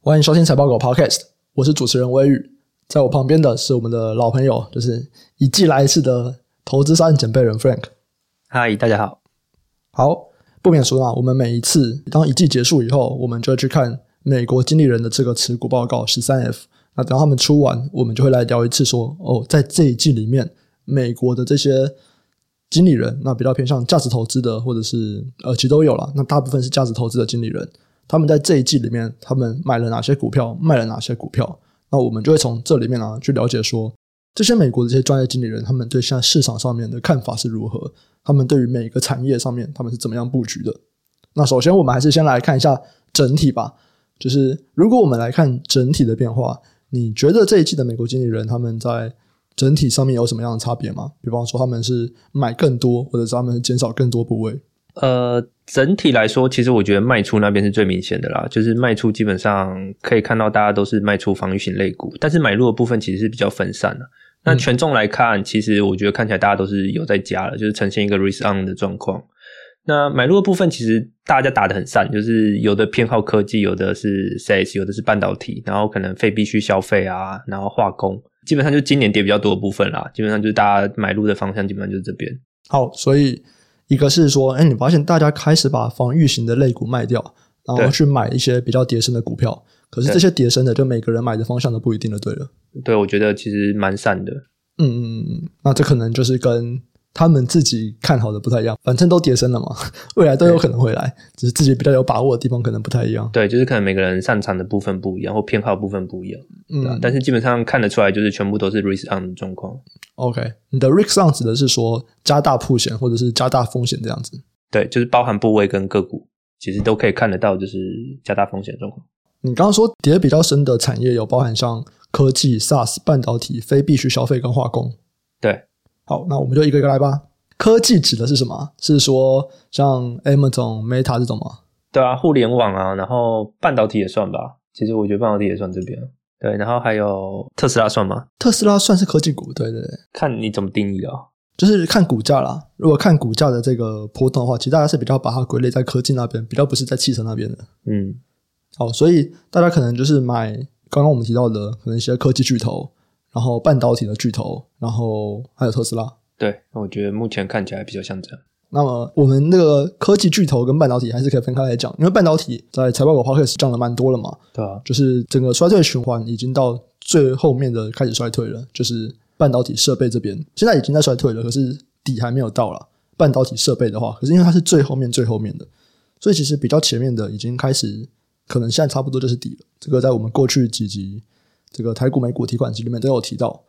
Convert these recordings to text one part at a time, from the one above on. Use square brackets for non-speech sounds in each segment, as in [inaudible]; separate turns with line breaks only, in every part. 欢迎收听财报狗 Podcast，我是主持人微宇，在我旁边的是我们的老朋友，就是一季来一次的投资杀人准备人 Frank。
嗨，大家好。
好，不免俗啊，我们每一次当一季结束以后，我们就会去看美国经理人的这个持股报告十三 F。那等到他们出完，我们就会来聊一次说，哦，在这一季里面，美国的这些经理人，那比较偏向价值投资的，或者是呃，其实都有了。那大部分是价值投资的经理人，他们在这一季里面，他们买了哪些股票，卖了哪些股票？那我们就会从这里面啊去了解说，这些美国的这些专业经理人，他们对现在市场上面的看法是如何？他们对于每个产业上面，他们是怎么样布局的？那首先，我们还是先来看一下整体吧。就是如果我们来看整体的变化，你觉得这一季的美国经理人他们在整体上面有什么样的差别吗？比方说他们是买更多，或者是他们是减少更多部位？
呃，整体来说，其实我觉得卖出那边是最明显的啦，就是卖出基本上可以看到大家都是卖出防御型类股，但是买入的部分其实是比较分散的。那权重来看，其实我觉得看起来大家都是有在加了，就是呈现一个 risk on 的状况。那买入的部分其实大家打得很散，就是有的偏好科技，有的是 SaaS，有的是半导体，然后可能非必需消费啊，然后化工，基本上就今年跌比较多的部分啦。基本上就是大家买入的方向，基本上就是这边。
好，所以一个是说，哎、你发现大家开始把防御型的类股卖掉，然后
对
去买一些比较跌升的股票。可是这
对
些跌升的，就每个人买的方向都不一定的，对了。
对，我觉得其实蛮散的。
嗯嗯嗯嗯，那这可能就是跟他们自己看好的不太一样，反正都跌升了嘛， [laughs] 未来都有可能会来，只是自己比较有把握的地方可能不太一样。
对，就是可能每个人擅长的部分不一样，或偏好的部分不一样，对吧
嗯
但是基本上看得出来，就是全部都是 risk on 的状况。
，OK，你的 risk on 指的是说加大铺险或者是加大风险这样子。
对，就是包含部位跟个股，其实都可以看得到，就是加大风险的状况。
你刚刚说跌比较深的产业有包含像科技、SaaS、半导体、非必需消费跟化工。
对，
好，那我们就一个一个来吧。科技指的是什么啊？是说像 Amazon、Meta 这种吗？
对啊，互联网啊，然后半导体也算吧。其实我觉得半导体也算这边。对，然后还有特斯拉算吗？
特斯拉算是科技股，对对对。
看你怎么定义了、
就是看股价啦。如果看股价的这个波动的话，其实大家是比较把它归类在科技那边，比较不是在汽车那边的。
嗯，
哦，所以大家可能就是买刚刚我们提到的，可能一些科技巨头，然后半导体的巨头，然后还有特斯拉。
对，我觉得目前看起来比较像这样。
那么我们那个科技巨头跟半导体还是可以分开来讲，因为半导体在财报狗 podcast 讲了蛮多了嘛，
对啊，
就是整个衰退循环已经到最后面的开始衰退了，就是半导体设备这边现在已经在衰退了，可是底还没有到了。半导体设备的话，可是因为它是最后面最后面的，所以其实比较前面的已经开始，可能现在差不多就是底了。这个在我们过去几集这个台股、美股提款机里面都有提到。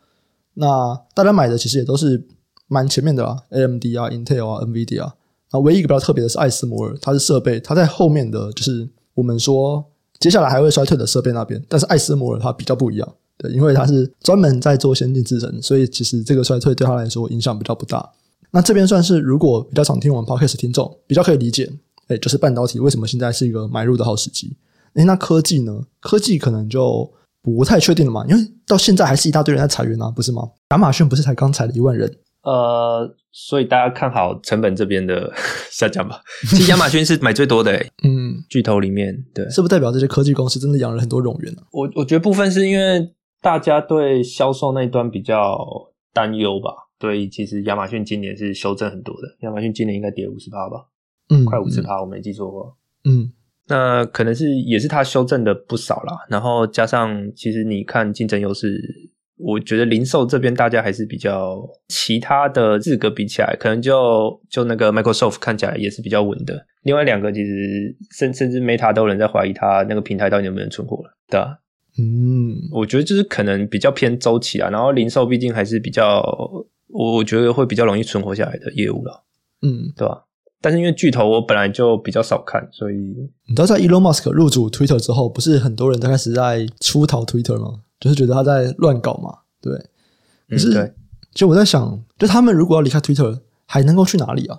那大家买的其实也都是蛮前面的啦，AMD 啊、Intel 啊、NVIDIA 啊。那唯一一个比较特别的是艾斯摩尔，它是设备，它在后面的就是我们说接下来还会衰退的设备那边，但是艾斯摩尔它比较不一样，对，因为它是专门在做先进制程，所以其实这个衰退对它来说影响比较不大。那这边算是如果比较常听我们 podcast 听众比较可以理解，哎，就是半导体为什么现在是一个买入的好时机。哎，那科技呢？科技可能就不太确定了嘛，因为到现在还是一大堆人在裁员啊，不是吗？亚马逊不是才刚裁了一万人？
呃，所以大家看好成本这边的 [laughs] 下降吧。其实亚马逊是买最多的、欸，
嗯，
巨头里面，对
是不是代表这些科技公司真的养了很多冗员啊？
我我觉得部分是因为大家对销售那一端比较担忧吧。对，其实亚马逊今年是修正很多的，亚马逊今年应该跌五十趴吧，
嗯，
快五十趴，我没记错的话。
嗯。
那可能是也是它修正的不少啦，然后加上其实你看竞争优势，我觉得零售这边大家还是比较其他的四个比起来，可能就就那个 Microsoft 看起来也是比较稳的，另外两个其实甚甚至 Meta 都有人在怀疑它那个平台到底能不能存活了，对啊，
嗯嗯
我觉得就是可能比较偏周期啊，然后零售毕竟还是比较，我我觉得会比较容易存活下来的业务了，
嗯，
对吧、但是因为巨头我本来就比较少看，所以嗯
你知道在 Elon Musk 入主 Twitter 之后，不是很多人都开始在出逃 Twitter 吗？就是觉得他在乱搞嘛。对，可
嗯
是
对
其实我在想，就他们如果要离开 Twitter，还能够去哪里啊？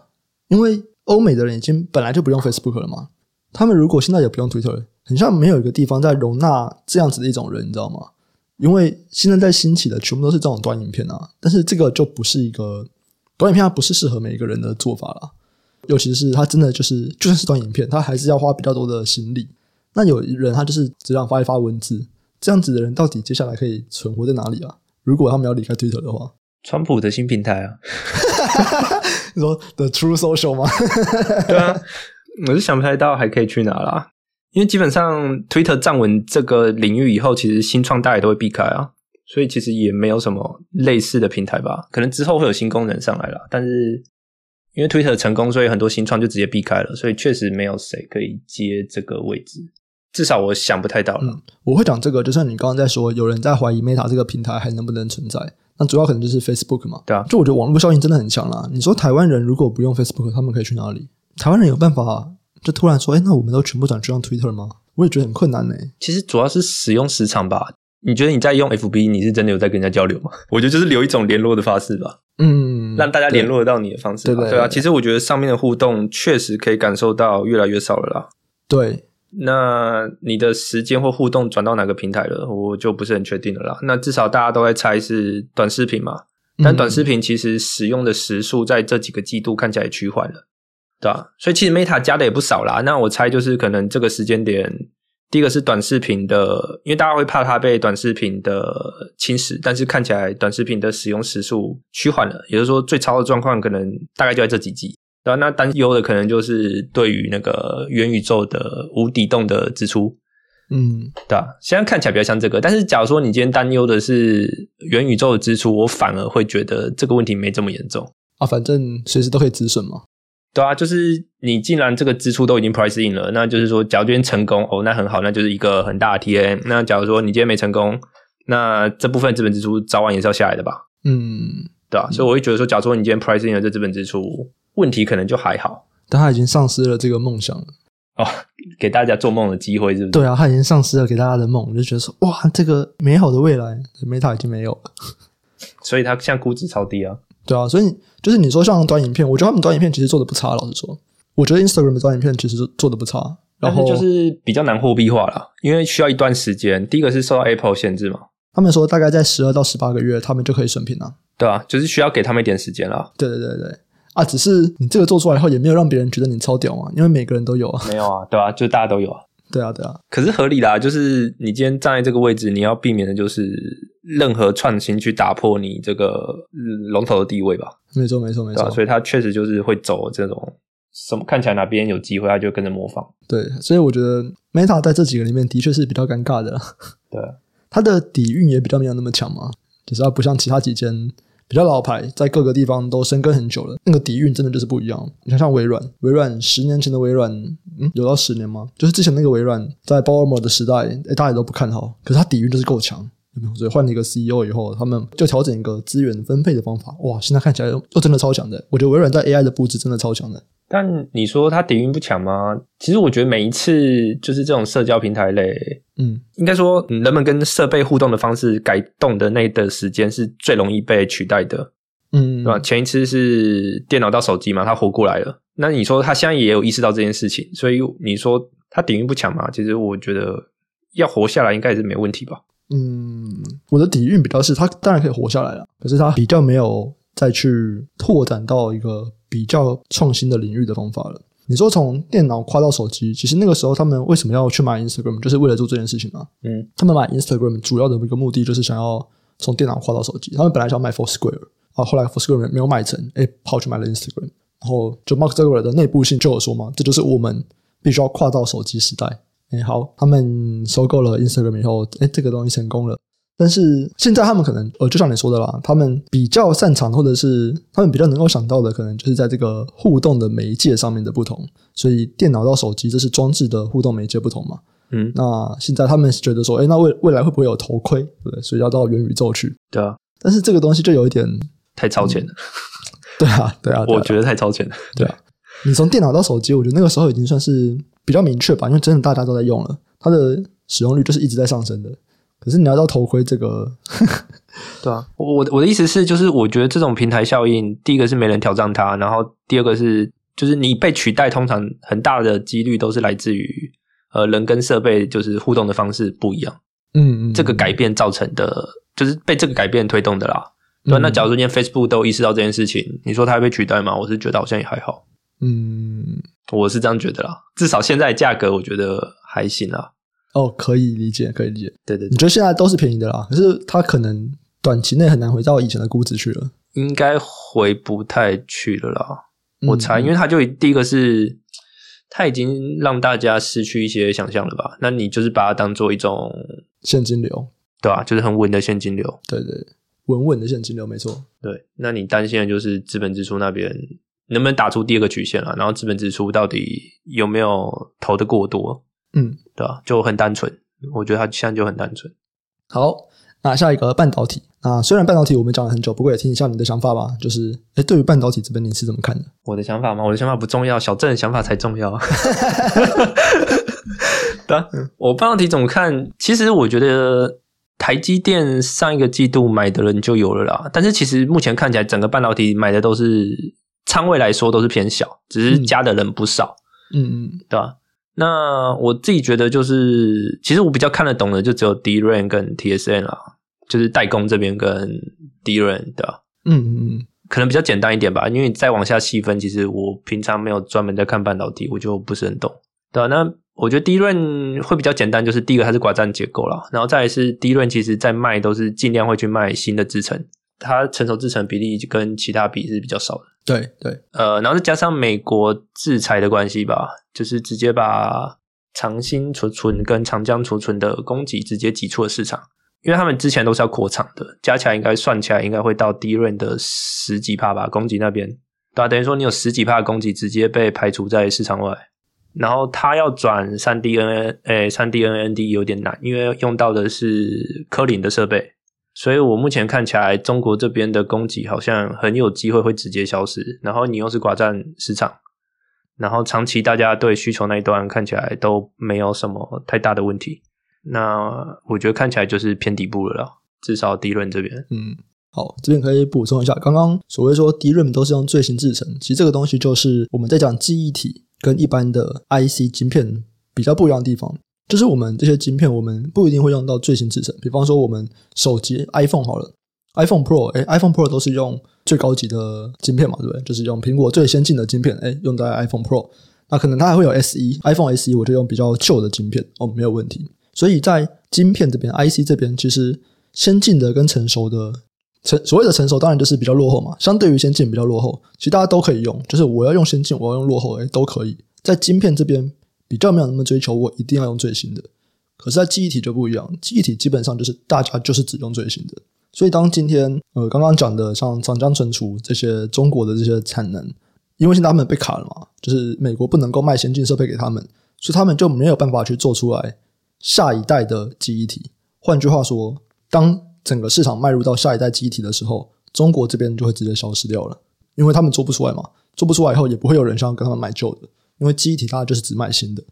因为欧美的人已经本来就不用 Facebook 了嘛，他们如果现在也不用 Twitter，很像没有一个地方在容纳这样子的一种人，你知道吗？因为现在在兴起的全部都是这种短影片啊，但是这个就不是一个短影片，它不是适合每一个人的做法啦。尤其是它真的就是，就算是短影片，它还是要花比较多的心力。那有人他就是只想发一发文字，这样子的人到底接下来可以存活在哪里啊？如果他们要离开 Twitter 的话， [laughs]
川普的新平台啊，
你说 The True Social 吗？
[laughs]
[laughs]
对啊，我是想不太到还可以去哪啦。因为基本上 Twitter 站稳这个领域以后，其实新创大家也都会避开啊，所以其实也没有什么类似的平台吧。可能之后会有新功能上来啦，但是因为 Twitter 成功，所以很多新创就直接避开了，所以确实没有谁可以接这个位置。至少我想不太到了。
嗯我会讲这个，就像你刚刚在说，有人在怀疑 Meta 这个平台还能不能存在。那主要可能就是 Facebook 嘛。
对啊
就我觉得网络效应真的很强啦。你说台湾人如果不用 Facebook，他们可以去哪里？台湾人有办法就突然说，哎，那我们都全部转去用 Twitter 吗？我也觉得很困难呢、
其实主要是使用时长吧。你觉得你在用 FB，你是真的有在跟人家交流吗？我觉得就是留一种联络的方式吧，
嗯，
让大家联络得到你的方式吧。
对对对
啊，
对
其实我觉得上面的互动确实可以感受到越来越少了啦。
对，
那你的时间或互动转到哪个平台了，我就不是很确定了啦。那至少大家都在猜是短视频嘛，
嗯
但短视
频、
频其实使用的时数在这几个季度看起来也趋缓了，对吧、所以其实 Meta 加的也不少啦。那我猜就是可能这个时间点，第一个是短视频的，因为大家会怕它被短视频的侵蚀，但是看起来短视频的使用时数趋缓了，也就是说最超的状况可能大概就在这几季。对、啊，那担忧的可能就是对于那个元宇宙的无底洞的支出，
嗯，
对啊，现在看起来比较像这个，但是假如说你今天担忧的是元宇宙的支出，我反而会觉得这个问题没这么严重。
啊，反正随时都可以止损嘛。
对啊，就是你既然这个支出都已经 price in 了，那就是说，假如今天成功哦，那很好，那就是一个很大的 TA。那假如说你今天没成功，那这部分资本支出早晚也是要下来的吧？
嗯，
对啊，所以我会觉得说，假如说你今天 price in 了这资本支出，问题可能就还好，哦
但他已经丧失了这个梦想了。
[laughs] 给大家做梦的机会是不是？
对啊，他已经丧失了给大家的梦，我就觉得说，哇，这个美好的未来，Meta 已经没有了。
所以它现在估值超低啊。
对啊，所以就是你说像短影片，我觉得他们短影片其实做的不差，老实说，我觉得 Instagram 的短影片其实做的不差。然
但是
后
就是比较难货币化啦，因为需要一段时间。第一个是受到 Apple 限制嘛，
他们说大概在十二到十八个月，他们就可以审评了。
对啊，就是需要给他们一点时间啦。
对对对对，啊，只是你这个做出来后，也没有让别人觉得你超屌啊，因为每个人都有啊。 [laughs]
没有啊，对啊，就大家都有啊。
对啊，对啊，
可是合理啦，就是你今天站在这个位置，你要避免的就是任何创新去打破你这个嗯龙头的地位吧，
没错没错没
对吧、啊
错。
所以他确实就是会走这种什么看起来哪边有机会，他就跟着模仿。
对，所以我觉得 Meta 在这几个里面的确是比较尴尬的啦。 [laughs]
对，
它的底蕴也比较没有那么强嘛，就是它不像其他几间比较老牌，在各个地方都深耕很久了，那个底蕴真的就是不一样。你看像微软，微软十年前的微软，嗯，有到十年吗？就是之前那个微软在鲍尔默的时代，诶大家也都不看好，可是它底蕴就是够强。有没有所以换了一个 CEO 以后，他们就调整一个资源分配的方法。哇，现在看起来又真的超强的。我觉得微软在 AI 的布置真的超强的。
但你说他底蕴不强吗？其实我觉得每一次就是这种社交平台类，
嗯，
应该说，嗯人们跟设备互动的方式改动的那一的时间是最容易被取代的，
嗯，
对啊吧？前一次是电脑到手机嘛，它活过来了。那你说他现在也有意识到这件事情，所以你说他底蕴不强嘛？其实我觉得要活下来应该也是没问题吧。
嗯，我的底蕴比较是，它当然可以活下来了，可是它比较没有再去拓展到一个比较创新的领域的方法了。你说从电脑跨到手机，其实那个时候他们为什么要去买 Instagram，就是为了做这件事情啊。
嗯，
他们买 Instagram 主要的一个目的就是想要从电脑跨到手机。他们本来想买 Foursquare 啊，后来 Foursquare 没有买成，哎，跑去买了 Instagram。然后就 Mark Zuckerberg 的内部信就有说嘛，这就是我们必须要跨到手机时代。哎，好，他们收购了 Instagram 以后，哎，这个东西成功了。但是现在他们可能，呃，就像你说的啦，他们比较擅长，或者是他们比较能够想到的，可能就是在这个互动的媒介上面的不同。所以电脑到手机，这是装置的互动媒介不同嘛？
嗯
那现在他们觉得说，哎，那未未来会不会有头盔？对不对，所以要到元宇宙去。
对啊，
但是这个东西就有一点，
太超前了，
对啊，对啊，对啊
嗯我觉得太超前了。
对啊，你从电脑到手机，我觉得那个时候已经算是比较明确吧，因为真的大家都在用了，它的使用率就是一直在上升的。可是你要到头盔这个，
对啊，我我的我的意思是，就是我觉得这种平台效应，第一个是没人挑战它，然后第二个是，就是你被取代，通常很大的几率都是来自于呃人跟设备就是互动的方式不一样，
[laughs] 嗯嗯，
这个改变造成的，就是被这个改变推动的啦。
嗯
对啊、那假如说今天 Facebook 都意识到这件事情，你说它会被取代吗？我是觉得好像也还好，
嗯，
我是这样觉得啦。至少现在价格，我觉得还行啊。
哦，可以理解，可以理解。
对对
你
对，
觉得现在都是便宜的啦，可是它可能短期内很难回到以前的估值去了。
应该回不太去了啦。我
嗯
猜，因为他就第一个是，他已经让大家失去一些想象了吧？那你就是把它当做一种，
现金流，
对吧、就是很稳的现金流。
对对，稳稳的现金流，没错。
对，那你担心的就是资本支出那边能不能打出第二个曲线啊？然后资本支出到底有没有投的过多？
嗯，
对吧、就很单纯，我觉得他现在就很单纯。
好，那下一个半导体啊，虽然半导体我们讲了很久，不过也听一下你的想法吧。就是，哎，对于半导体这边你是怎么看的？
我的想法吗？我的想法不重要，小郑的想法才重要。 [laughs] 当我半导体怎么看？其实我觉得台积电上一个季度买的人就有了啦，但是其实目前看起来整个半导体买的都是仓位来说都是偏小，只是加的人不少，
嗯嗯
对吧？那我自己觉得就是，其实我比较看得懂的就只有 DRAM 跟 TSN 啦，就是代工这边跟 DRAM 对吧？
嗯嗯嗯，
可能比较简单一点吧，因为你再往下细分，其实我平常没有专门在看半导体，我就不是很懂，对吧、啊那我觉得第一轮会比较简单，就是第一个它是寡占结构啦，然后再来是第一轮其实在卖都是尽量会去卖新的制程，它成熟制程比例跟其他比是比较少的，
对对，
呃，然后再加上美国制裁的关系吧，就是直接把长兴储存跟长江储存的供给直接挤出了市场，因为他们之前都是要扩厂的，加起来应该算起来应该会到低润的十几帕吧，供给那边，对啊，等于说你有十几帕的供给直接被排除在市场外，然后它要转三 D N N 诶三 D N N D 有点难，因为用到的是科林的设备，所以我目前看起来，中国这边的供给好像很有机会会直接消失，然后你又是寡占市场，然后长期大家对需求那一端看起来都没有什么太大的问题，那我觉得看起来就是偏底部了啦，至少低润这边，
嗯。好，这边可以补充一下，刚刚所谓说 DRAM 都是用最新制程，其实这个东西就是我们在讲记忆体跟一般的 IC 晶片比较不一样的地方，就是我们这些晶片我们不一定会用到最新制程，比方说我们手机 iPhone 好了，iPhone Pro，哎，iPhone Pro 都是用最高级的晶片嘛，对不对？就是用苹果最先进的晶片，哎，用在 iPhone Pro，那可能它还会有 SE，iPhone SE E 我就用比较旧的晶片，哦，没有问题。所以在晶片这边，IC 这边其实先进的跟成熟的成所谓的成熟，当然就是比较落后嘛，相对于先进比较落后。其实大家都可以用，就是我要用先进，我要用落后，哎、都可以。在晶片这边比较没有那么追求，我一定要用最新的。可是，在记忆体就不一样，记忆体基本上就是大家就是只用最新的。所以，当今天呃刚刚讲的像长江存储这些中国的这些产能，因为现在他们被卡了嘛，就是美国不能够卖先进设备给他们，所以他们就没有办法去做出来下一代的记忆体。换句话说，当整个市场迈入到下一代记忆体的时候，中国这边就会直接消失掉了，因为他们做不出来嘛，做不出来以后也不会有人想要跟他们买旧的，因为记忆体它就是只卖新的。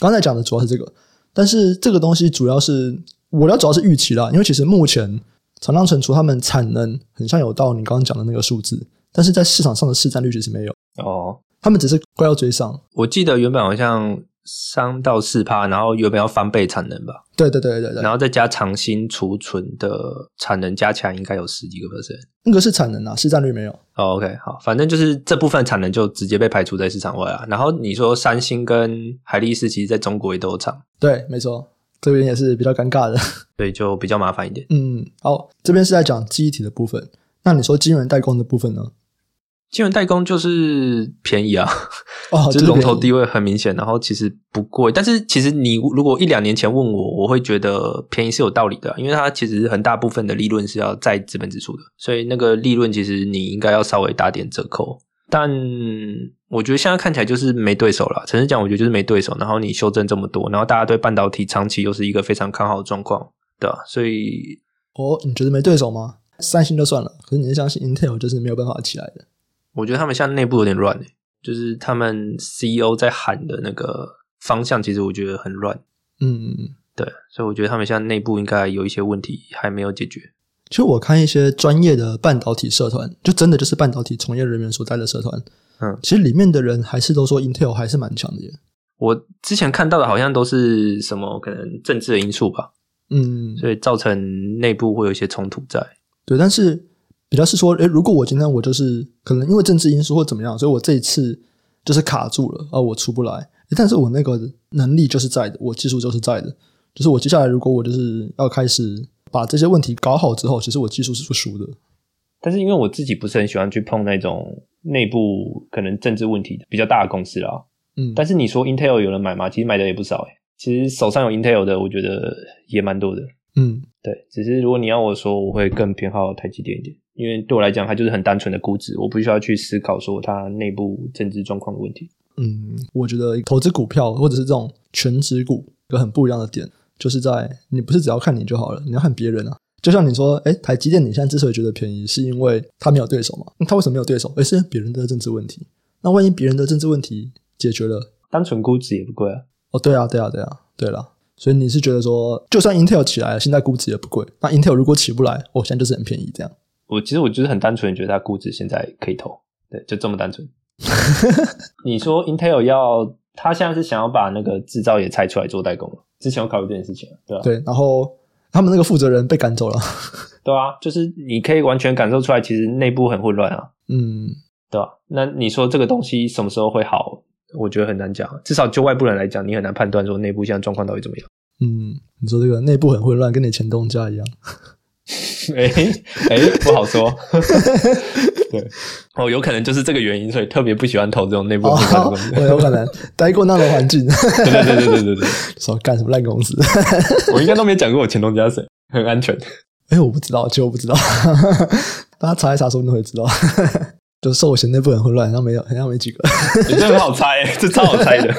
刚才讲的主要是这个，但是这个东西主要是我要主要是预期啦，因为其实目前长江存储他们产能很像有到你刚刚讲的那个数字，但是在市场上的市占率其实没有，
哦，
他们只是快要追上。
我记得原本好像三到四趴，然后原本要翻倍产能吧，
对对对对对，
然后再加长新储存的产能加起来应该有十几个 percent。
那个是产能啊，市占率没有。
哦，OK，好，反正就是这部分产能就直接被排除在市场外啊。然后你说三星跟海力士其实在中国也都有厂，
对，没错，这边也是比较尴尬的。 [laughs]
所以就比较麻烦一点。
嗯，好，这边是在讲记忆体的部分。那你说晶圆代工的部分呢？
晶圆代工就是便宜啊，
哦，
就是龙头地
位。
位很明显，然后其实不贵。但是其实你如果一两年前问我，我会觉得嗯便宜是有道理的啊，因为它其实很大部分的利润是要在资本支出的，所以那个利润其实你应该要稍微打点折扣。但我觉得现在看起来就是没对手了。诚实讲，我觉得就是没对手。然后你修正这么多，然后大家对半导体长期又是一个非常看好的状况，对吧、啊所以
哦，你觉得没对手吗？三星就算了，可是你是相信 Intel 就是没有办法起来的。
我觉得他们现在内部有点乱、欸，就是他们 CEO 在喊的那个方向，其实我觉得很乱。
嗯，嗯嗯
对，所以我觉得他们现在内部应该有一些问题还没有解决。
其实我看一些专业的半导体社团，就真的就是半导体从业人员所在的社团，
嗯，
其实里面的人还是都说 Intel 还是蛮强的耶。
我之前看到的好像都是什么可能政治的因素吧，
嗯，
所以造成内部会有一些冲突在。
对，但是比较是说，诶，如果我今天我就是可能因为政治因素或怎么样，所以我这一次就是卡住了啊，我出不来。但是我那个能力就是在的，我技术就是在的，就是我接下来如果我就是要开始把这些问题搞好之后，其实我技术是不输的。
但是因为我自己不是很喜欢去碰那种内部可能政治问题比较大的公司啦。
嗯，
但是你说 Intel 有人买吗？其实买的也不少诶、其实手上有 Intel 的，我觉得也蛮多的。
嗯
对，只是如果你要我说，我会更偏好台积电一点，因为对我来讲，它就是很单纯的估值，我不需要去思考说它内部政治状况的问题。
嗯，我觉得投资股票或者是这种全职股有很不一样的点，就是在你不是只要看你就好了，你要看别人啊。就像你说，哎，台积电你现在之所以觉得便宜，是因为它没有对手嘛？那它为什么没有对手？而是因为别人的政治问题。那万一别人的政治问题解决了，
单纯估值也不贵啊。
哦，对啊，对啊，对啊，对了，所以你是觉得说，就算 Intel 起来了，现在估值也不贵，那 Intel 如果起不来，我、现在就是很便宜这样。
我其实我就是很单纯地觉得它估值现在可以投，对，就这么
[laughs]
单纯。你说 Intel 要，它现在是想要把那个制造业拆出来做代工了，之前有考虑这件事情啊，对吧、
对，然后他们那个负责人被赶走了，
对啊，就是你可以完全感受出来，其实内部很混乱啊，
嗯，
对吧、那你说这个东西什么时候会好？我觉得很难讲，啊至少就外部人来讲，你很难判断说内部现在状况到底
[laughs]
怎么样。
嗯，你说这个内部很混乱，跟你前东家一样。
哎哎，不好
[laughs]
说。对，哦，有可能就是这个原因，所以特别不喜欢投这种内部
哦 [laughs]
混乱的东，西。
我有可能待过那样的环境，
对对对对对对对。 [laughs]
说干什么烂公司？
我应该都没讲过我前东家是谁，很安全。
哎、我不知道，其实我不知道， [laughs] 大家查一查，说不定会知道。 [laughs] 就寿险内部很混乱，然后没有，好像没几个。
你这很好猜、欸 [laughs] 这超好猜的。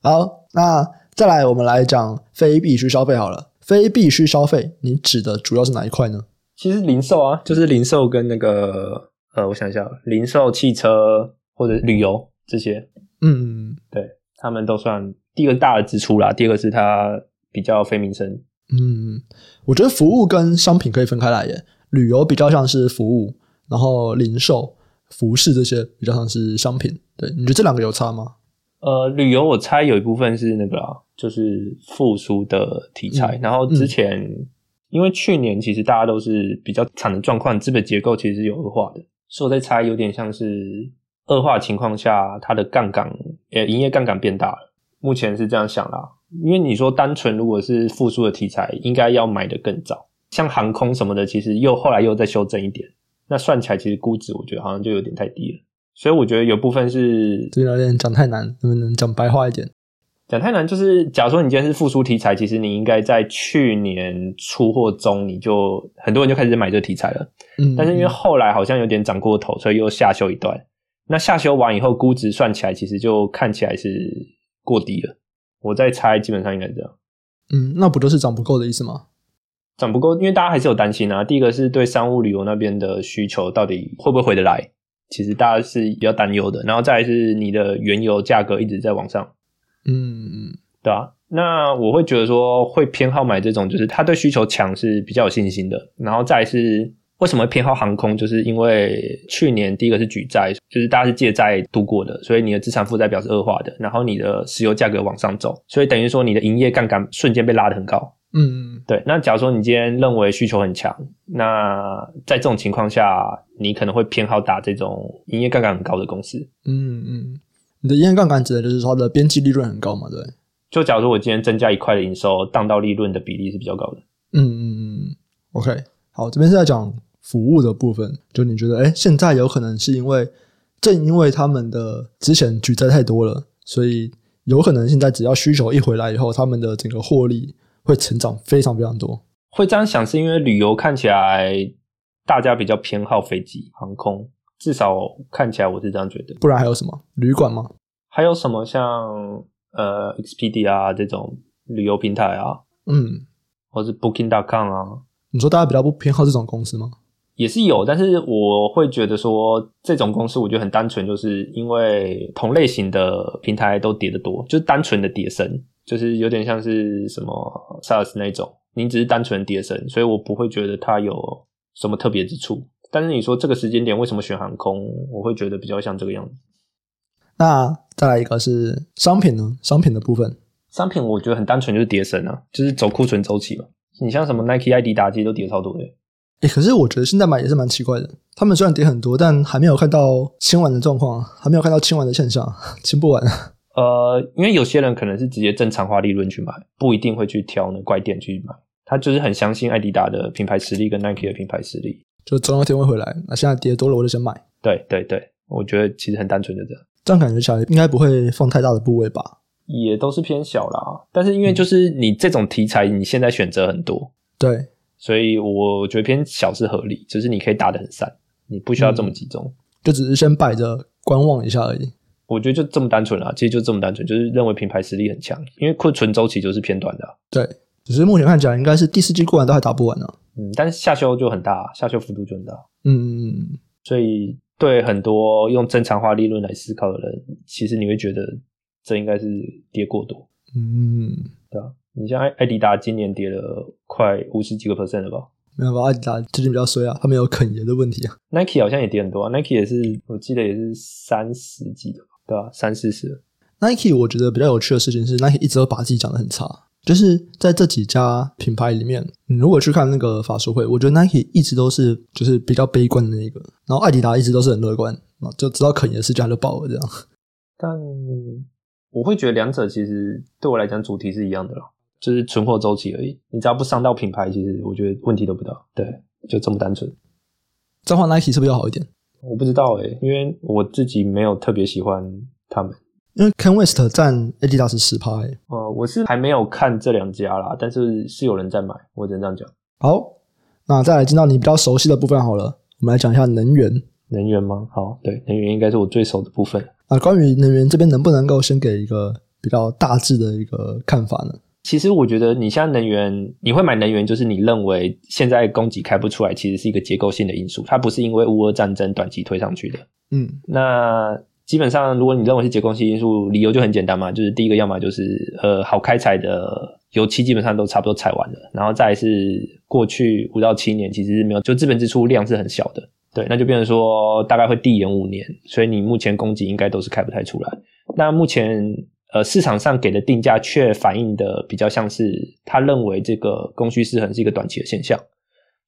好，那再来我们来讲非必须消费好了。非必须消费，你指的主要是哪一块呢？
其实零售啊，就是零售跟那个呃，我想一下，零售、汽车或者旅游这些，
嗯
他们都算第一个大的支出啦。第二个是它比较非民生，
嗯，我觉得服务跟商品可以分开来耶。旅游比较像是服务，然后零售、服饰这些比较像是商品。对，你觉得这两个有差吗？
呃，旅游我猜有一部分是那个啦，就是复苏的题材。
嗯
然后之前、因为去年其实大家都是比较惨的状况，资本结构其实是有恶化的，所以我在猜有点像是恶化情况下，它的杠杆呃营业杠杆变大了。目前是这样想啦，因为你说单纯如果是复苏的题材，应该要买的更早，像航空什么的，其实又后来又再修正一点，那算起来其实估值我觉得好像就有点太低了。所以我觉得有部分是
这啊边有点讲太难，能不能讲白话一点？
讲太难，就是假如说你今天是复苏题材，其实你应该在去年初或中，你就很多人就开始买这个题材了。
嗯，
但是因为后来好像有点涨过头，所以又下修一段。那下修完以后，估值算起来，其实就看起来是过低了。我在猜，基本上应该是这样，
嗯，那不就是涨不够的意思吗？
涨不够，因为大家还是有担心啊。第一个是对商务旅游那边的需求到底会不会回得来，其实大家是比较担忧的。然后再来是你的原油价格一直在往上。
嗯
对啊，那我会觉得说会偏好买这种，就是他对需求强是比较有信心的。然后再来是为什么会偏好航空，就是因为去年第一个是举债，就是大家是借债度过的，所以你的资产负债表是恶化的，然后你的石油价格往上走，所以等于说你的营业杠杆瞬间被拉得很高。
嗯
对，那假如说你今天认为需求很强，那在这种情况下，你可能会偏好打这种营业杠杆很高的公司。
嗯嗯，你的营业杠杆指的就是说它的边际利润很高嘛，对不对？
就假如说我今天增加一块的营收，当到利润的比例是比较高的。
嗯嗯嗯嗯，OK，好，这边是在讲服务的部分，就你觉得，哎，现在有可能是因为正因为他们的之前举债太多了，所以有可能现在只要需求一回来以后，他们的整个获利会成长非常非常多。
会这样想，是因为旅游看起来大家比较偏好飞机、航空，至少看起来我是这样觉得。
不然还有什么旅馆吗？
还有什么像呃 Expedia 啊这种旅游平台啊，
嗯，
或是 Booking.com 啊，
你说大家比较不偏好这种公司吗？
也是有，但是我会觉得说，这种公司我觉得很单纯，就是因为同类型的平台都跌得多，就是单纯的跌升，就是有点像是什么 SaaS 那种，你只是单纯跌升，所以我不会觉得它有什么特别之处。但是你说这个时间点为什么选航空，我会觉得比较像这个样子。
那再来一个是商品呢？商品的部分，
商品我觉得很单纯，就是跌升啊，就是走库存周期嘛。你像什么 Nike、艾迪达，其实都跌超多的。
诶，可是我觉得现在买也是蛮奇怪的。他们虽然跌很多，但还没有看到清完的状况，还没有看到清完的现象，清不完。
呃，因为有些人可能是直接正常化利润去买，不一定会去挑那怪店去买。他就是很相信艾迪达的品牌实力跟 Nike 的品牌实力。
就总有一天会回来。那现在跌多了，我就先买。
对对对，我觉得其实很单纯的这样，
这样感觉起来应该不会放太大的部位吧？
也都是偏小啦。但是因为就是你这种题材，你现在选择很多，
对，
所以我觉得偏小是合理，就是你可以打得很散，你不需要这么集中。
就只是先摆着观望一下而已。
我觉得就这么单纯啦，其实就这么单纯，就是认为品牌实力很强，因为库存周期就是偏短的啊、
对，只是目前看起来应该是第四季过完都还打不完呢、
嗯，但是下修就很大，啊下修幅度就很大，
嗯，
所以对很多用正常化利润来思考的人，其实你会觉得这应该是跌过多，
嗯，
对吧、你像艾艾迪达今年跌了快五十几个 percent 了吧
没有办法，阿迪达最近比较衰啊，他们有肯爷的问题啊。
？Nike 好像也跌很多啊，Nike 也是我记得也是三十几的吧，对吧、三四十，
Nike 我觉得比较有趣的事情是，Nike 一直都把自己讲得很差。就是在这几家品牌里面，你如果去看那个法说会，我觉得 Nike 一直都是就是比较悲观的那一个，然后艾迪达一直都是很乐观啊，就直到肯爷事件它就爆了这样。
但我会觉得两者其实对我来讲主题是一样的啦，就是存货周期而已，你只要不伤到品牌，其实我觉得问题都不大，对，就这么单纯。
再换 Nike 是不是要好一点？
我不知道诶、因为我自己没有特别喜欢他们。
因为 Ken West 占 Adidas 十趴、欸。
呃，我是还没有看这两家啦，但是是有人在买，我只能这样讲。
好，那再来进到你比较熟悉的部分好了，我们来讲一下能源。
能源吗？好，对，能源应该是我最熟的部分。
啊，关于能源这边能不能够先给一个比较大致的一个看法呢？
其实我觉得你现在能源，你会买能源，就是你认为现在供给开不出来，其实是一个结构性的因素，它不是因为乌俄战争短期推上去的。
嗯
那基本上，如果你认为是结构性因素，理由就很简单嘛，就是第一个，要么就是呃，好开采的油漆基本上都差不多采完了，然后再来是过去五到七年其实是没有，就资本支出量是很小的，对，那就变成说大概会递延五年，所以你目前供给应该都是开不太出来。那目前呃市场上给的定价却反映的比较像是他认为这个供需失衡是一个短期的现象，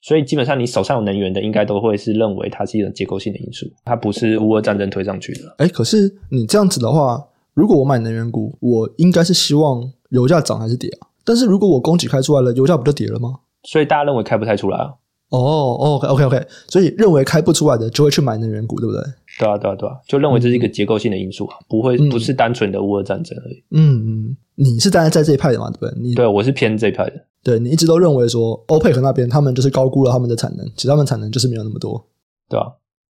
所以基本上你手上有能源的应该都会是认为它是一种结构性的因素，它不是乌俄战争推上去的。
哎，可是你这样子的话，如果我买能源股，我应该是希望油价涨还是跌啊？但是如果我供给开出来了，油价不就跌了吗？
所以大家认为开不太出来啊，
哦哦，OK OK，所以认为开不出来的就会去买能源股，对不对？
对啊，对啊，对啊，就认为这是一个结构性的因素啊，不会
嗯
不是单纯的乌俄战争而已。
嗯嗯，你是站在这一派的嘛，对不对？啊你
对我是偏这一派的，
对你一直都认为说欧佩克那边他们就是高估了他们的产能，其实他们产能就是没有那么多。
对啊，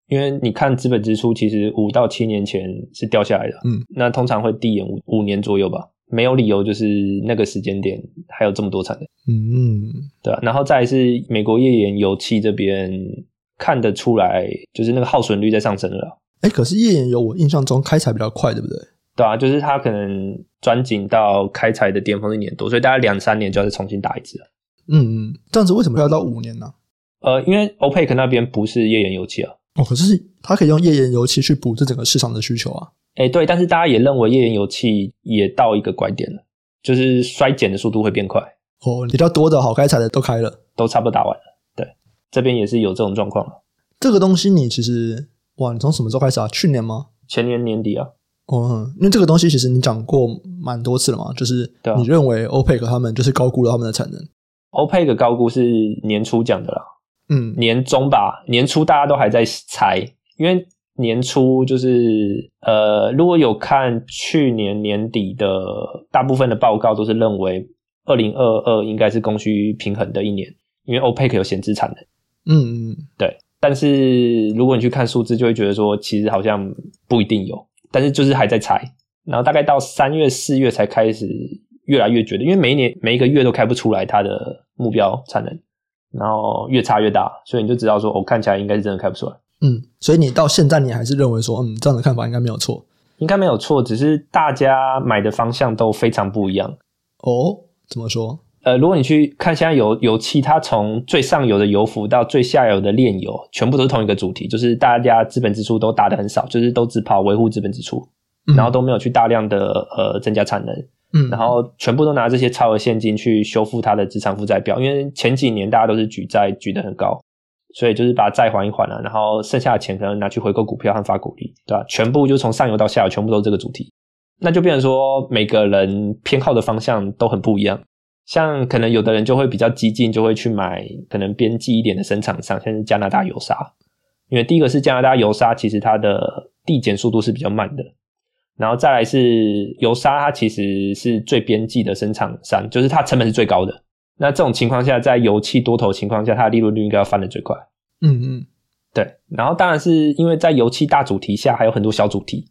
因为你看资本支出其实五到七年前是掉下来的，
嗯，
那通常会递延五五年左右吧，没有理由就是那个时间点还有这么多产能。
嗯，
对啊，然后再来是美国页岩油气这边看得出来，就是那个耗损率在上升了啦，啊
哎，可是页岩油我印象中开采比较快，对不对？
对啊，就是它可能钻井到开采的巅峰一年多，所以大概两三年就要再重新打一次了。
嗯嗯，这样子为什么要到五年呢、
呃，因为 OPEC 那边不是页岩油气啊，
哦，可是它可以用页岩油漆去补这整个市场的需求啊。
哎，对，但是大家也认为页岩油气也到一个拐点了，就是衰减的速度会变快，
哦，比较多的好开采的都开了，
都差不多打完了。对，这边也是有这种状况了。
这个东西你其实哇，你从什么时候开始啊？去年吗？
前年年底啊，
哦、嗯，因为这个东西其实你讲过蛮多次了嘛，就是
对啊
你认为 OPEC 他们就是高估了他们的产能。
OPEC 高估是年初讲的啦，
嗯，
年中吧，年初大家都还在猜，因为年初就是呃，如果有看去年年底的大部分的报告，都是认为二零二二应该是供需平衡的一年，因为 OPEC 有闲置产能。
嗯嗯，
对，但是如果你去看数字，就会觉得说其实好像不一定有，但是就是还在猜。然后大概到三月、四月才开始越来越觉得，因为每一年每一个月都开不出来它的目标产能，然后越差越大，所以你就知道说，哦，看起来应该是真的开不出来，
嗯，所以你到现在你还是认为说，嗯，这样的看法应该没有错
应该没有错，只是大家买的方向都非常不一样。
哦？怎么说？
呃，如果你去看现在油油气，它从最上游的油服到最下游的炼油，全部都是同一个主题，就是大家资本支出都打得很少，就是都只跑维护资本支出。
嗯
然后都没有去大量的呃增加产能，
嗯，
然后全部都拿这些超额现金去修复它的资产负债表，因为前几年大家都是举债举得很高，所以就是把债还一还啊了、然后剩下的钱可能拿去回购股票和发股利，对吧、全部就从上游到下游全部都是这个主题，那就变成说每个人偏好的方向都很不一样。像可能有的人就会比较激进，就会去买可能边际一点的生产商，像是加拿大油砂，因为第一个是加拿大油砂，其实它的递减速度是比较慢的，然后再来是油砂，它其实是最边际的生产商，就是它成本是最高的。那这种情况下，在油气多头情况下，它的利润率应该要翻得最快。
嗯嗯，
对，然后当然是因为在油气大主题下，还有很多小主题，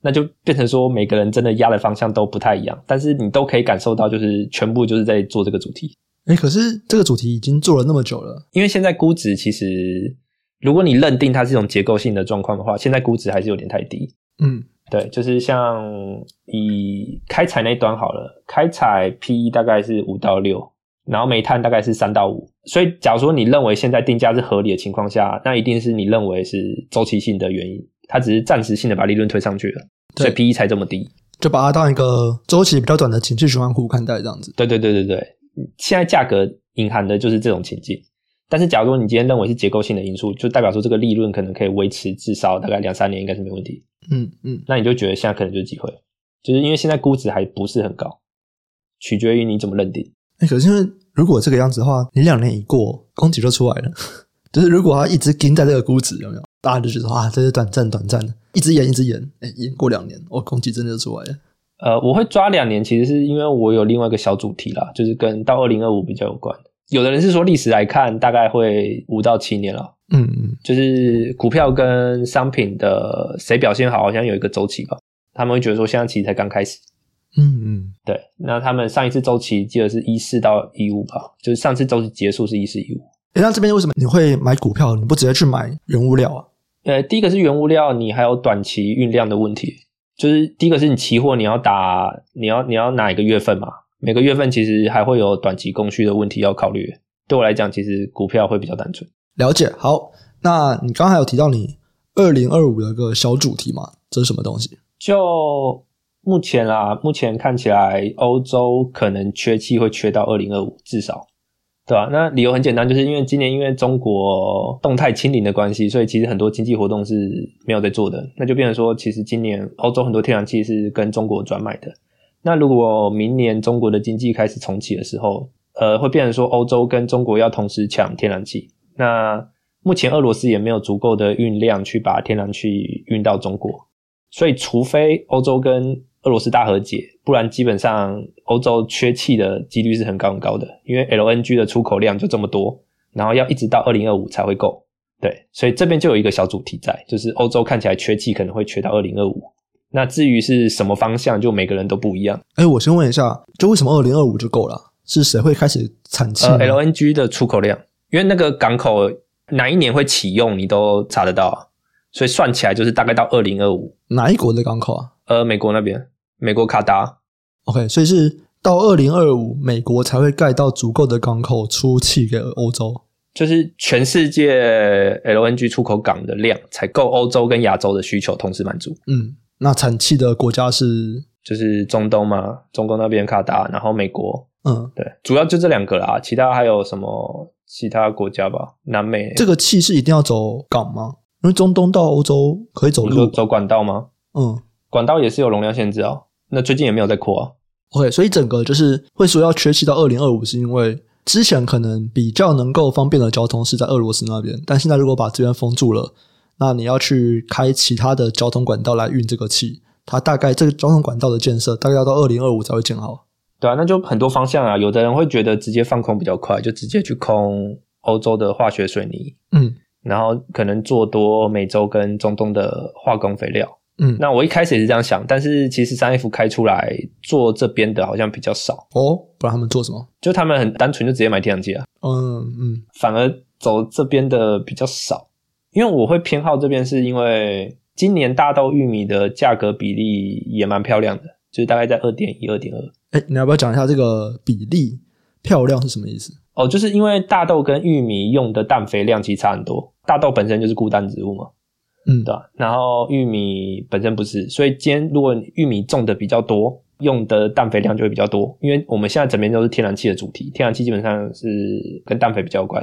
那就变成说每个人真的压的方向都不太一样，但是你都可以感受到，就是全部就是在做这个主题。
哎、可是这个主题已经做了那么久了，
因为现在估值其实，如果你认定它是一种结构性的状况的话，现在估值还是有点太低。
嗯
对，就是像以开采那一端好了，开采 P E 大概是五到六，然后煤炭大概是三到五。所以，假如说你认为现在定价是合理的情况下，那一定是你认为是周期性的原因，它只是暂时性的把利润推上去了，所以
对
P E 才这么低。
就把它当一个周期比较短的情绪循环股看待这样子。
对对对对对，现在价格隐含的就是这种情境。但是，假如说你今天认为是结构性的因素，就代表说这个利润可能可以维持至少大概两三年，应该是没问题。
嗯嗯，
那你就觉得现在可能就是机会，就是因为现在估值还不是很高，取决于你怎么认定。
哎、可是因为如果这个样子的话，你两年一过，供给就出来了。 [laughs] 就是如果它一直盯在这个估值，有没有？大家就觉得啊，这是短暂短暂的，一直延一直延，哎、延过两年，哦，供给真的就出来了。
呃，我会抓两年，其实是因为我有另外一个小主题啦，就是跟到二零二五比较有关。有的人是说历史来看，大概会五到七年了，
嗯嗯，
就是股票跟商品的谁表现好，好像有一个周期吧。他们会觉得说，现在其实才刚开始。
嗯嗯，
对，那他们上一次周期记得是一四到一五吧，就是上次周期结束是一四一五。
诶那这边为什么你会买股票？你不直接去买原物料啊？
呃，第一个是原物料，你还有短期运量的问题，就是第一个是你期货你要打，你要你要哪一个月份嘛？每个月份其实还会有短期供需的问题要考虑。对我来讲，其实股票会比较单纯。
了解。好，那你刚才有提到你二零二五的一个小主题嘛？这是什么东西？
就目前啦，目前看起来欧洲可能缺气会缺到二零二五，至少，对吧、那理由很简单，就是因为今年因为中国动态清零的关系，所以其实很多经济活动是没有在做的，那就变成说，其实今年欧洲很多天然气是跟中国转买的。那如果明年中国的经济开始重启的时候，呃，会变成说欧洲跟中国要同时抢天然气。那目前俄罗斯也没有足够的运量去把天然气运到中国，所以，除非欧洲跟俄罗斯大和解，不然基本上欧洲缺气的几率是很高很高的，因为 LNG 的出口量就这么多，然后要一直到二零二五才会够。对，所以这边就有一个小主题在，就是欧洲看起来缺气可能会缺到二零二五。那至于是什么方向，就每个人都不一样。
哎，我先问一下，就为什么二零二五就够了啊？是谁会开始产气呢？
呃，LNG 的出口量，因为那个港口哪一年会启用，你都查得到啊，所以算起来就是大概到二零二五。
哪一国的港口啊
呃，美国那边，美国卡达，
？OK，所以是到二零二五，美国才会盖到足够的港口出气给欧洲。
就是全世界 LNG 出口港的量才够欧洲跟亚洲的需求同时满足，
嗯，那产气的国家是
就是中东嘛，中东那边卡达，然后美国，
嗯，
对，主要就这两个啦，其他还有什么其他国家吧？南美
这个气是一定要走港吗？因为中东到欧洲可以走
你说
路吧，
走管道吗？
嗯
管道也是有容量限制哦，那最近也没有在扩啊。
，OK，所以整个就是会说要缺气到二零二五，是因为之前可能比较能够方便的交通是在俄罗斯那边，但现在如果把这边封住了，那你要去开其他的交通管道来运这个气，它大概这个交通管道的建设大概要到二零二五才会建好。
对啊，那就很多方向啊。有的人会觉得直接放空比较快，就直接去空欧洲的化学水泥，
嗯
然后可能做多美洲跟中东的化工肥料。
嗯，
那我一开始也是这样想，但是其实三 F 开出来做这边的好像比较少，
哦，不然他们做什么？
就他们很单纯就直接买天然气啊，
嗯嗯
反而走这边的比较少。因为我会偏好这边，是因为今年大豆玉米的价格比例也蛮漂亮的，就是大概在二点一、二点二。
哎、你要不要讲一下这个比例漂亮是什么意思？
哦，就是因为大豆跟玉米用的氮肥量其实差很多，大豆本身就是固氮植物嘛，
嗯
对，啊吧？然后玉米本身不是，所以今天如果玉米种的比较多，用的氮肥量就会比较多，因为我们现在整边都是天然气的主题，天然气基本上是跟氮肥比较有关。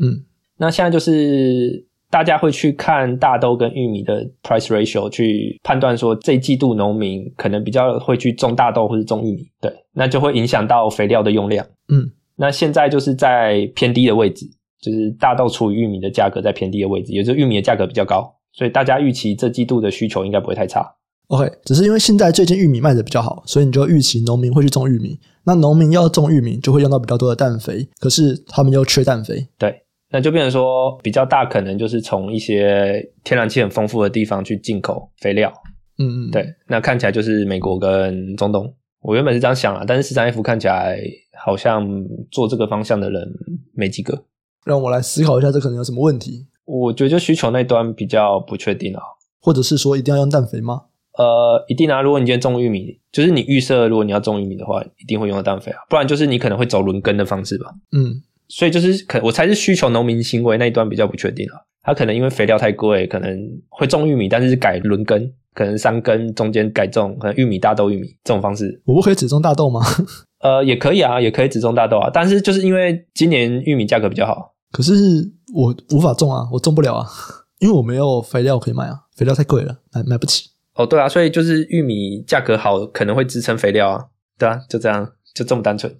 嗯
那现在就是大家会去看大豆跟玉米的 price ratio 去判断说这一季度农民可能比较会去种大豆或是种玉米，对，那就会影响到肥料的用量。
嗯，
那现在就是在偏低的位置，就是大豆除以玉米的价格在偏低的位置，也就是玉米的价格比较高，所以大家预期这季度的需求应该不会太差。
OK，只是因为现在最近玉米卖的比较好，所以你就预期农民会去种玉米。那农民要种玉米，就会用到比较多的氮肥，可是他们又缺氮肥。
对，那就变成说比较大可能就是从一些天然气很丰富的地方去进口肥料。
嗯嗯，
对，那看起来就是美国跟中东。我原本是这样想啊，但是市场 F 看起来好像做这个方向的人没几个。
让我来思考一下，这可能有什么问题，
我觉得就需求那端比较不确定啊。
或者是说一定要用氮肥吗？
呃，一定啊，如果你今天种玉米，就是你预设如果你要种玉米的话，一定会用到氮肥啊，不然就是你可能会走轮耕的方式吧。
嗯，
所以就是可我猜是需求农民行为那一端比较不确定啊，他可能因为肥料太贵，可能会种玉米，但是改轮耕，可能三耕中间改种，可能玉米、大豆、玉米这种方式。
我不可以只种大豆吗？ [laughs]
呃，也可以啊，也可以只种大豆啊，但是就是因为今年玉米价格比较好，
可是我无法种啊，我种不了啊，因为我没有肥料可以买啊，肥料太贵了，买买不起。
哦，对啊，所以就是玉米价格好，可能会支撑肥料啊，对啊，就这样，就这么单纯。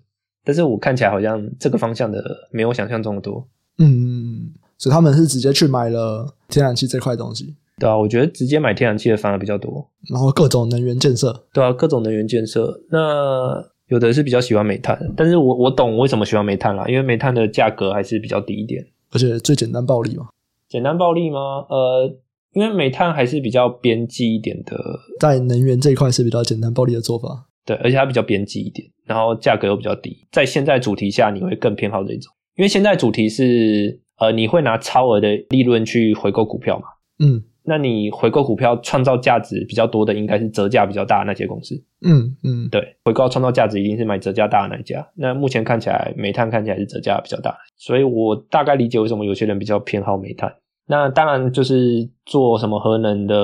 但是我看起来好像这个方向的没有我想象中的多，
嗯，所以他们是直接去买了天然气这块东西，
对啊，我觉得直接买天然气的反而比较多，
然后各种能源建设。
对啊，各种能源建设，那有的是比较喜欢煤炭，但是我我懂为什么喜欢煤炭啦，因为煤炭的价格还是比较低一点。
而且最简单暴力嘛，
简单暴力吗？呃，因为煤炭还是比较边际一点的
在能源这一块是比较简单暴力的做法。
对，而且它比较边际一点，然后价格又比较低。在现在主题下，你会更偏好这一种，因为现在主题是呃，你会拿超额的利润去回购股票嘛？
嗯
那你回购股票创造价值比较多的，应该是折价比较大的那些公司。
嗯嗯，
对，回购创造价值一定是买折价大的那一家。那目前看起来，煤炭看起来是折价比较大，所以我大概理解为什么有些人比较偏好煤炭。那当然就是做什么核能的，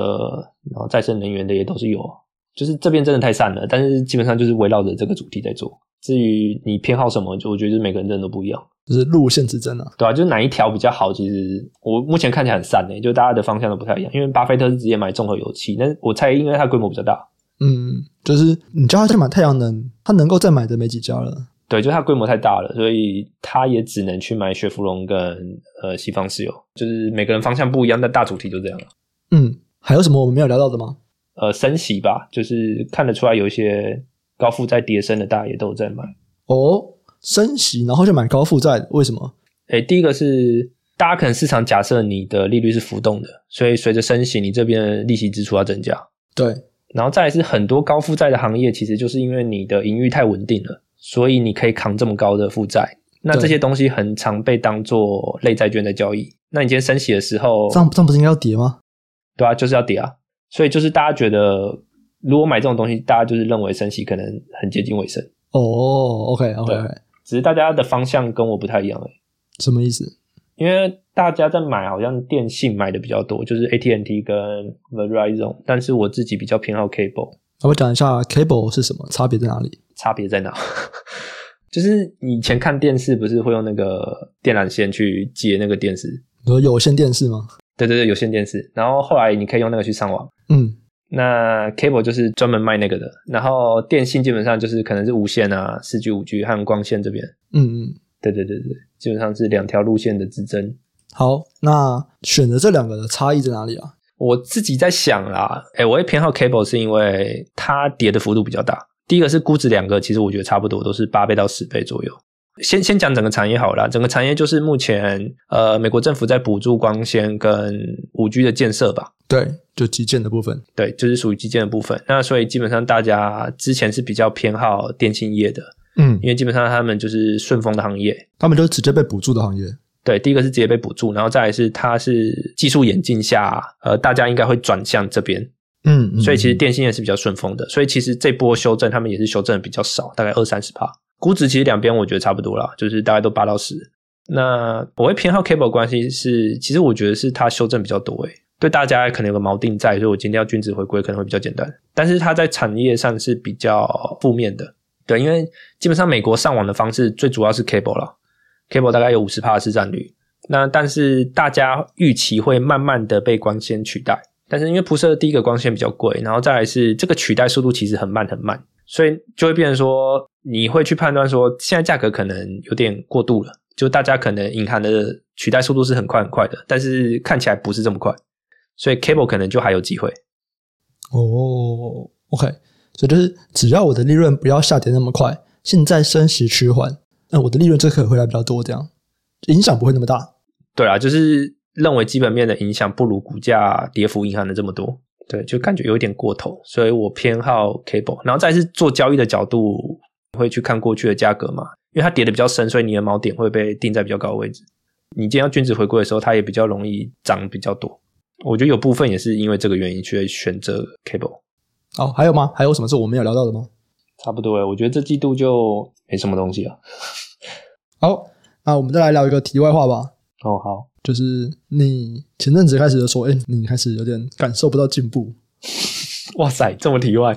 然后再生能源的也都是有啊，就是这边真的太散了，但是基本上就是围绕着这个主题在做。至于你偏好什么，就我觉得就是每个人真的都不一样，
就是路线之争啊。
对啊，就是哪一条比较好，其实我目前看起来很散欸诶、就大家的方向都不太一样。因为巴菲特是直接买综合油气，但是我猜因为它规模比较大，
嗯，就是你叫他去买太阳能，他能够再买的没几家了。
对，就它规模太大了，所以它也只能去买雪佛龙跟呃西方石油，就是每个人方向不一样，但大主题就这样了。
嗯，还有什么我们没有聊到的吗？
呃，升息吧，就是看得出来有一些高负债跌升的，大家也都有在买。
哦，升息然后就买高负债的，为什么？
诶，第一个是大家可能市场假设你的利率是浮动的，所以随着升息，你这边的利息支出要增加。
对，
然后再来是很多高负债的行业，其实就是因为你的盈余太稳定了，所以你可以扛这么高的负债。那
对
这些东西很常被当做类债券在交易。那你今天升息的时候，
这样这样不是应该要跌吗？
对啊，就是要跌啊。所以就是大家觉得，如果买这种东西，大家就是认为升息可能很接近尾声，
哦，OK OK OK，
只是大家的方向跟我不太一样而已。
什么意思？
因为大家在买好像电信买的比较多，就是 AT&T 跟 Verizon，但是我自己比较偏好 cable，
要不讲一下 cable 是什么，差别在哪里？
差别在哪？ [laughs] 就是以前看电视不是会用那个电缆线去接那个电视，
你说有线电视吗？
对对对，有线电视，然后后来你可以用那个去上网。
嗯
那 cable 就是专门卖那个的，然后电信基本上就是可能是无线啊、四 G、五 G 和光线这边，
嗯嗯，
对对对对，基本上是两条路线的之争。
好，那选择这两个的差异在哪里啊？
我自己在想啦，哎，我会偏好 cable 是因为它跌的幅度比较大。第一个是估值两个，其实我觉得差不多都是八倍到十倍左右。先先讲整个产业好了啦，整个产业就是目前呃美国政府在补助光纤跟五 G 的建设吧，
对，就基建的部分。
对，就是属于基建的部分。那所以基本上大家之前是比较偏好电信业的，
嗯，
因为基本上他们就是顺风的行业。
他们就是直接被补助的行业。
对，第一个是直接被补助，然后再来是它是技术演进下，呃，大家应该会转向这边，
嗯
所以其实电信也是比较顺风的。所以其实这波修正，他们也是修正的比较少，大概二三十趴。估值其实两边我觉得差不多啦，就是大概都八到十。那我会偏好 cable 的关系是，其实我觉得是它修正比较多诶、对大家可能有个锚定在，所以我今天要均值回归可能会比较简单。但是它在产业上是比较负面的，对，因为基本上美国上网的方式最主要是 cable 了，cable 大概有五十帕的市占率，那但是大家预期会慢慢的被光纤取代，但是因为铺设第一个光纤比较贵，然后再来是这个取代速度其实很慢很慢，所以就会变成说你会去判断说现在价格可能有点过度了，就大家可能隐含的取代速度是很快很快的，但是看起来不是这么快，所以 cable 可能就还有机会。
哦，OK，所以就是只要我的利润不要下跌那么快，现在升息趋缓，那我的利润这可回来比较多，这样影响不会那么大。
对啊，就是认为基本面的影响不如股价跌幅影响的这么多，对，就感觉有点过头，所以我偏好 cable。然后再是做交易的角度，会去看过去的价格嘛，因为它跌的比较深，所以你的锚点会被定在比较高的位置。你今天要均值回归的时候，它也比较容易涨比较多。我觉得有部分也是因为这个原因去选择 cable。
好、还有吗？还有什么是我没有聊到的吗？
差不多诶，欸我觉得这季度就没什么东西了。
好，那我们再来聊一个题外话吧，
哦，好，
就是你前阵子开始就说，哎、你开始有点感受不到进步，
哇塞，这么题外，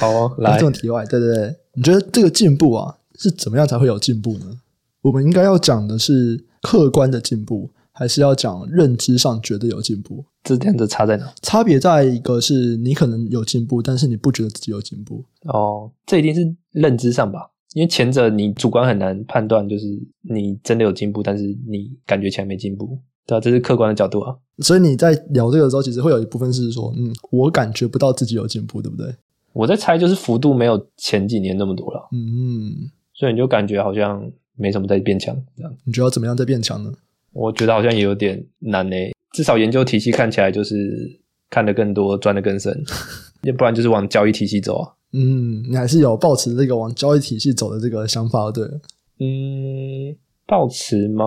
好、哦，来
这，种题外，对对对，你觉得这个进步啊是怎么样才会有进步呢？我们应该要讲的是客观的进步，还是要讲认知上觉得有进步？
这两者差在哪？
差别在一个是你可能有进步，但是你不觉得自己有进步。
哦，这一定是认知上吧，因为前者你主观很难判断，就是你真的有进步，但是你感觉起来没进步，对啊，这是客观的角度啊。
所以你在聊这个的时候，其实会有一部分是说，嗯，我感觉不到自己有进步，对不对？
我在猜，就是幅度没有前几年那么多了，
嗯，
所以你就感觉好像没什么在变强这样。
你觉得要怎么样再变强呢？
我觉得好像也有点难呢、至少研究体系看起来就是看得更多，钻得更深， [laughs] 要不然就是往交易体系走啊。
嗯，你还是有抱持这个往交易体系走的这个想法，对了。
嗯，抱持吗？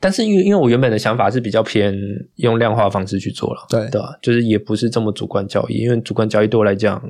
但是因为因为我原本的想法是比较偏用量化的方式去做了，
对
对吧？啊就是也不是这么主观交易，因为主观交易对我来讲，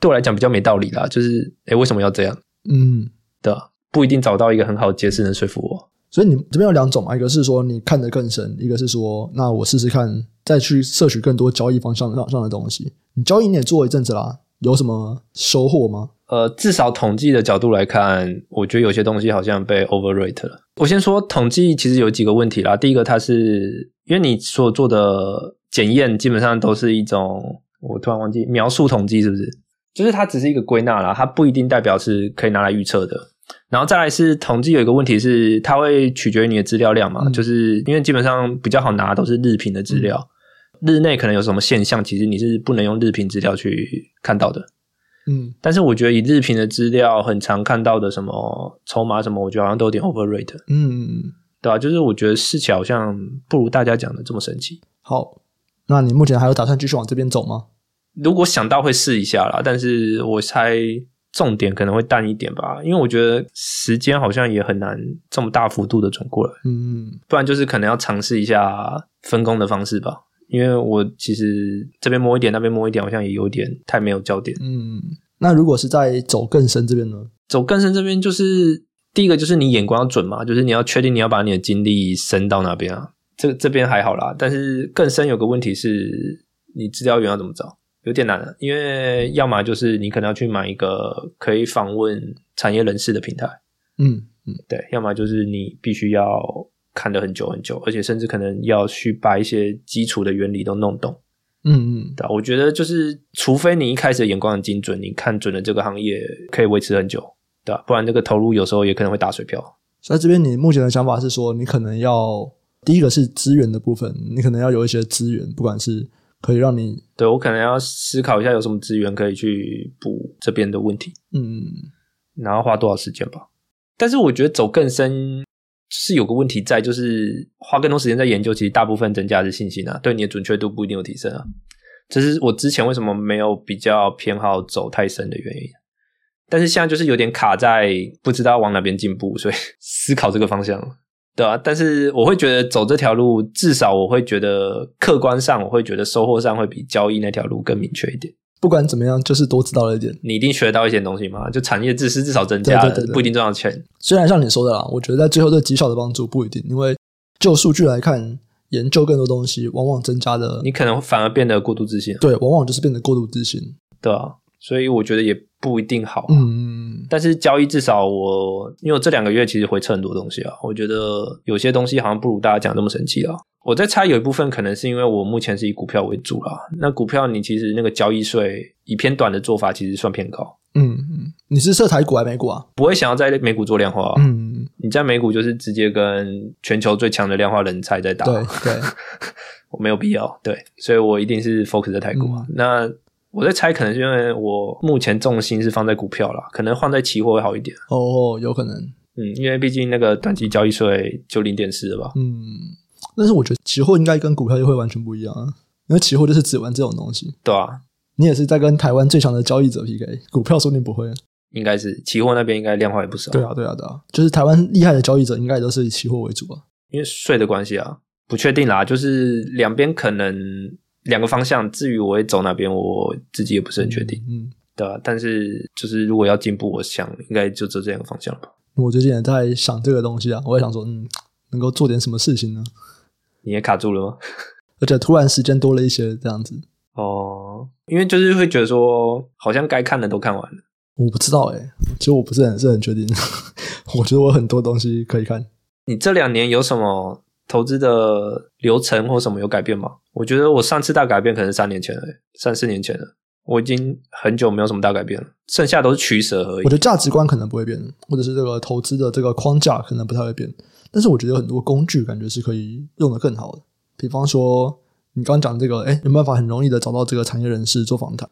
对我来讲比较没道理啦。就是诶为什么要这样？
嗯，
对吧？不一定找到一个很好的解释能说服我。
所以你这边有两种嘛，一个是说你看得更深，一个是说那我试试看，再去摄取更多交易方向上上的东西。你交易你也做一阵子啦，有什么收获吗？
呃，至少统计的角度来看，我觉得有些东西好像被 overrate 了。我先说统计，其实有几个问题啦。第一个，它是因为你所做的检验基本上都是一种，我突然忘记描述统计是不是？就是它只是一个归纳啦，它不一定代表是可以拿来预测的。然后再来是统计有一个问题是，它会取决于你的资料量嘛，
嗯
就是因为基本上比较好拿都是日评的资料，日内可能有什么现象，其实你是不能用日评资料去看到的。
嗯，
但是我觉得以日评的资料，很常看到的什么筹码什么，我觉得好像都有点 overrate，
嗯，
对吧、就是我觉得事情好像不如大家讲的这么神奇。
好。那你目前还有打算继续往这边走吗？
如果想到会试一下啦，但是我猜重点可能会淡一点吧，因为我觉得时间好像也很难这么大幅度的转过来，
嗯，
不然就是可能要尝试一下分工的方式吧。因为我其实这边摸一点，那边摸一点，好像也有点太没有焦点。
嗯，那如果是在走更深这边呢？
走更深这边就是第一个就是你眼光要准嘛，就是你要确定你要把你的精力伸到哪边啊。这这边还好啦，但是更深有个问题是，你资料源要怎么找，有点难了。因为要么就是你可能要去买一个可以访问产业人士的平台，
嗯嗯
对；要么就是你必须要看得很久很久，而且甚至可能要去把一些基础的原理都弄懂。
嗯嗯，
对啊、我觉得就是，除非你一开始的眼光很精准，你看准了这个行业可以维持很久，对吧、啊不然这个投入有时候也可能会打水漂。
所以这边你目前的想法是说，你可能要第一个是资源的部分，你可能要有一些资源，不管是可以让你
对我可能要思考一下有什么资源可以去补这边的问题，
嗯
然后花多少时间吧。但是我觉得走更深是有个问题在，就是花更多时间在研究，其实大部分增加的是信心啊，对你的准确度不一定有提升啊。这是我之前为什么没有比较偏好走太深的原因。但是现在就是有点卡在不知道往哪边进步，所以 [laughs] 思考这个方向，对啊。但是我会觉得走这条路，至少我会觉得客观上，我会觉得收获上会比交易那条路更明确一点。
不管怎么样，就是多知道了一点。
你一定学到一些东西嘛，就产业知识至少增加了，
对对对对
不一定赚到钱。
虽然像你说的啦，我觉得在最后对极小的帮助不一定，因为就数据来看，研究更多东西，往往增加的
你可能反而变得过度自信，
对，往往就是变得过度自信。
对啊。所以我觉得也不一定好、啊。
嗯，
但是交易至少我，因为我这两个月其实回撤很多东西啊，我觉得有些东西好像不如大家讲那么神奇啊。我在猜有一部分可能是因为我目前是以股票为主啦，那股票你其实那个交易税以偏短的做法其实算偏高，
嗯嗯，你是设台股还是美股啊？
不会想要在美股做量化、啊。
嗯，
你在美股就是直接跟全球最强的量化人才在打，
对对，
我没有必要，对，所以我一定是 focus 在台股啊。
嗯
那我在猜，可能是因为我目前重心是放在股票啦，可能放在期货会好一点。啊
哦，有可能，
嗯，因为毕竟那个短期交易税就零点四了吧。
嗯，但是我觉得期货应该跟股票就会完全不一样啊，因为期货就是只玩这种东西，
对啊，
你也是在跟台湾最强的交易者 PK，股票说不定不会。
应该是期货那边应该量化也不少，
对啊，对啊，对啊，就是台湾厉害的交易者应该也都是以期货为主啊。
因为税的关系啊，不确定啦，就是两边可能两个方向。至于我会走哪边，我自己也不是很确定，
嗯，
对吧、但是就是如果要进步，我想应该就走这两个方向吧。
我最近也在想这个东西啊，我也想说，嗯，能够做点什么事情呢？
你也卡住了吗？
而且突然时间多了一些，这样子，
哦，因为就是会觉得说，好像该看的都看完了。
我不知道哎、其实我不是很是很确定。 [laughs] 我觉得我很多东西可以看，
你这两年有什么投资的流程或什么有改变吗？我觉得我上次大改变可能是三年前了、三四年前了。我已经很久没有什么大改变了，剩下都是取舍而已
我觉。得价值观可能不会变，或者是这个投资的这个框架可能不太会变，但是我觉得有很多工具感觉是可以用的更好的，比方说你刚刚讲这个，哎，有没有办法很容易的找到这个产业人士做访谈，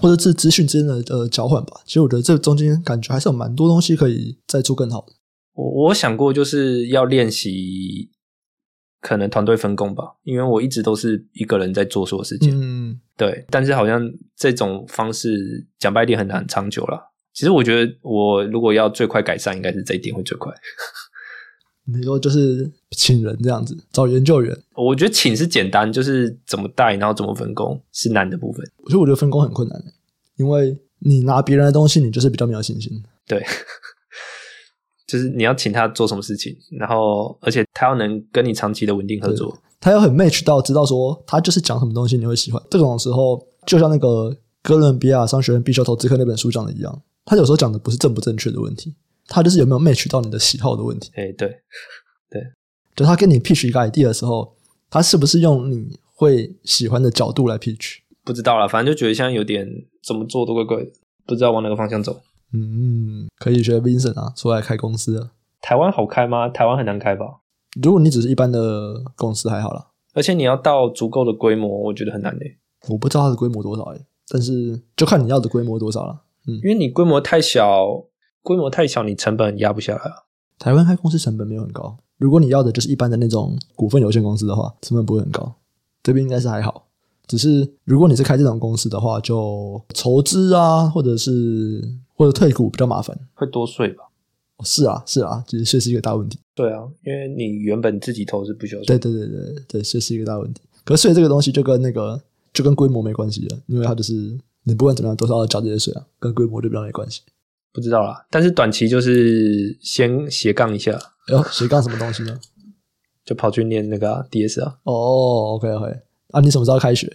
或者是资讯之间的呃交换吧？其实我觉得这中间感觉还是有蛮多东西可以再做更好的。
我我想过就是要练习可能团队分工吧，因为我一直都是一个人在做所有事情。
嗯，
对，但是好像这种方式讲白一点很难长久了。其实我觉得我如果要最快改善，应该是这一点会最快。
你说就是请人这样子，找研究员，
我觉得请是简单，就是怎么带，然后怎么分工是难的部分。
我觉得我觉得分工很困难，欸因为你拿别人的东西，你就是比较没有信心。
对，就是你要请他做什么事情，然后而且他要能跟你长期的稳定合作。
他要很 match 到，知道说他就是讲什么东西你会喜欢。这种时候，就像那个哥伦比亚商学院必修投资课那本书讲的一样，他有时候讲的不是正不正确的问题，他就是有没有 match 到你的喜好的问题。
哎，对，
就他跟你 pitch 一个 idea 的时候，他是不是用你会喜欢的角度来 pitch？
不知道啦，反正就觉得现在有点怎么做都怪怪的，不知道往哪个方向走。
嗯，可以学 Vincent 啊，出来开公司了。
台湾好开吗？台湾很难开吧？
如果你只是一般的公司还好啦，
而且你要到足够的规模，我觉得很难诶、
我不知道它的规模多少诶、但是就看你要的规模多少了。嗯，
因为你规模太小，规模太小，你成本压不下来啊。
台湾开公司成本没有很高，如果你要的就是一般的那种股份有限公司的话，成本不会很高，这边应该是还好。只是如果你是开这种公司的话，就筹资啊，或者是或者退股比较麻烦。
会多税吧？
哦是啊，是啊，其实这是一个大问题。
对啊，因为你原本自己投是不需要
对。
税
对对对对，这是一个大问题。可是税这个东西就跟那个就跟规模没关系了，因为它就是你不管怎么样都是要交这些税啊，跟规模就比较没关系。
不知道啦，但是短期就是先斜杠一下，
哎呦，谁干什么东西呢？
就跑去念那个、啊、DS 啊，
哦，OK OK，啊，你什么时候要开学？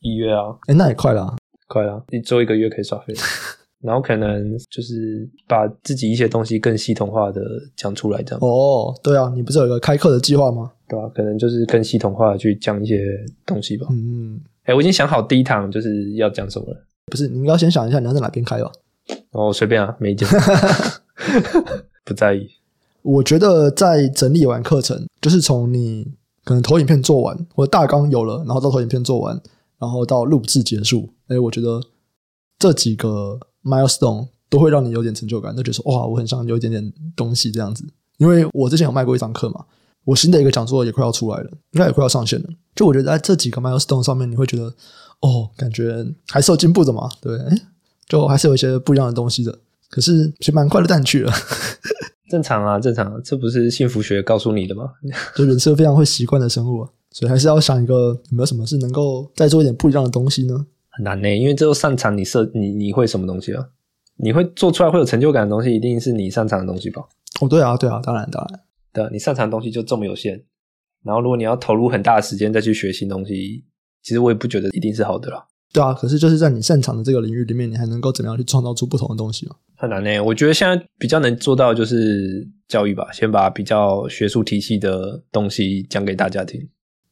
一月啊，
哎，那也快了、啊。
快了，一周一个月可以耍 [laughs] 废。然后可能就是把自己一些东西更系统化的讲出来，这样、
哦，对啊，你不是有一个开课的计划吗？
对吧、啊可能就是更系统化的去讲一些东西吧。
嗯，
哎、我已经想好第一堂就是要讲什么了，
不是，你应该先想一下你要在哪边开吧。哦
然后随便啊， [laughs] 没意见，不在意。
我觉得在整理完课程，就是从你可能投影片做完，或者大纲有了，然后到投影片做完，然后到录制结束，哎，我觉得这几个 milestone 都会让你有点成就感，就觉得说哇，我很想有一点点东西这样子。因为我之前有卖过一堂课嘛，我新的一个讲座也快要出来了，应该也快要上线了。就我觉得在这几个 milestone 上面，你会觉得哦，感觉还是有进步的嘛，对，哎就还是有一些不一样的东西的。可是其实蛮快的淡去了。
正常啊，正常、啊，这不是幸福学告诉你的吗？
就人是非常会习惯的生物啊，所以还是要想一个有没有什么是能够再做一点不一样的东西呢？
很难呢、因为这都擅长你设你你会什么东西啊？你会做出来会有成就感的东西，一定是你擅长的东西吧？
哦，对啊，对啊，当然当然，
对啊，你擅长的东西就这么有限，然后如果你要投入很大的时间再去学新东西，其实我也不觉得一定是好的啦。
对啊，可是就是在你擅长的这个领域里面，你还能够怎么样去创造出不同的东西嘛？
很难呢、我觉得现在比较能做到的就是教育吧，先把比较学术体系的东西讲给大家听。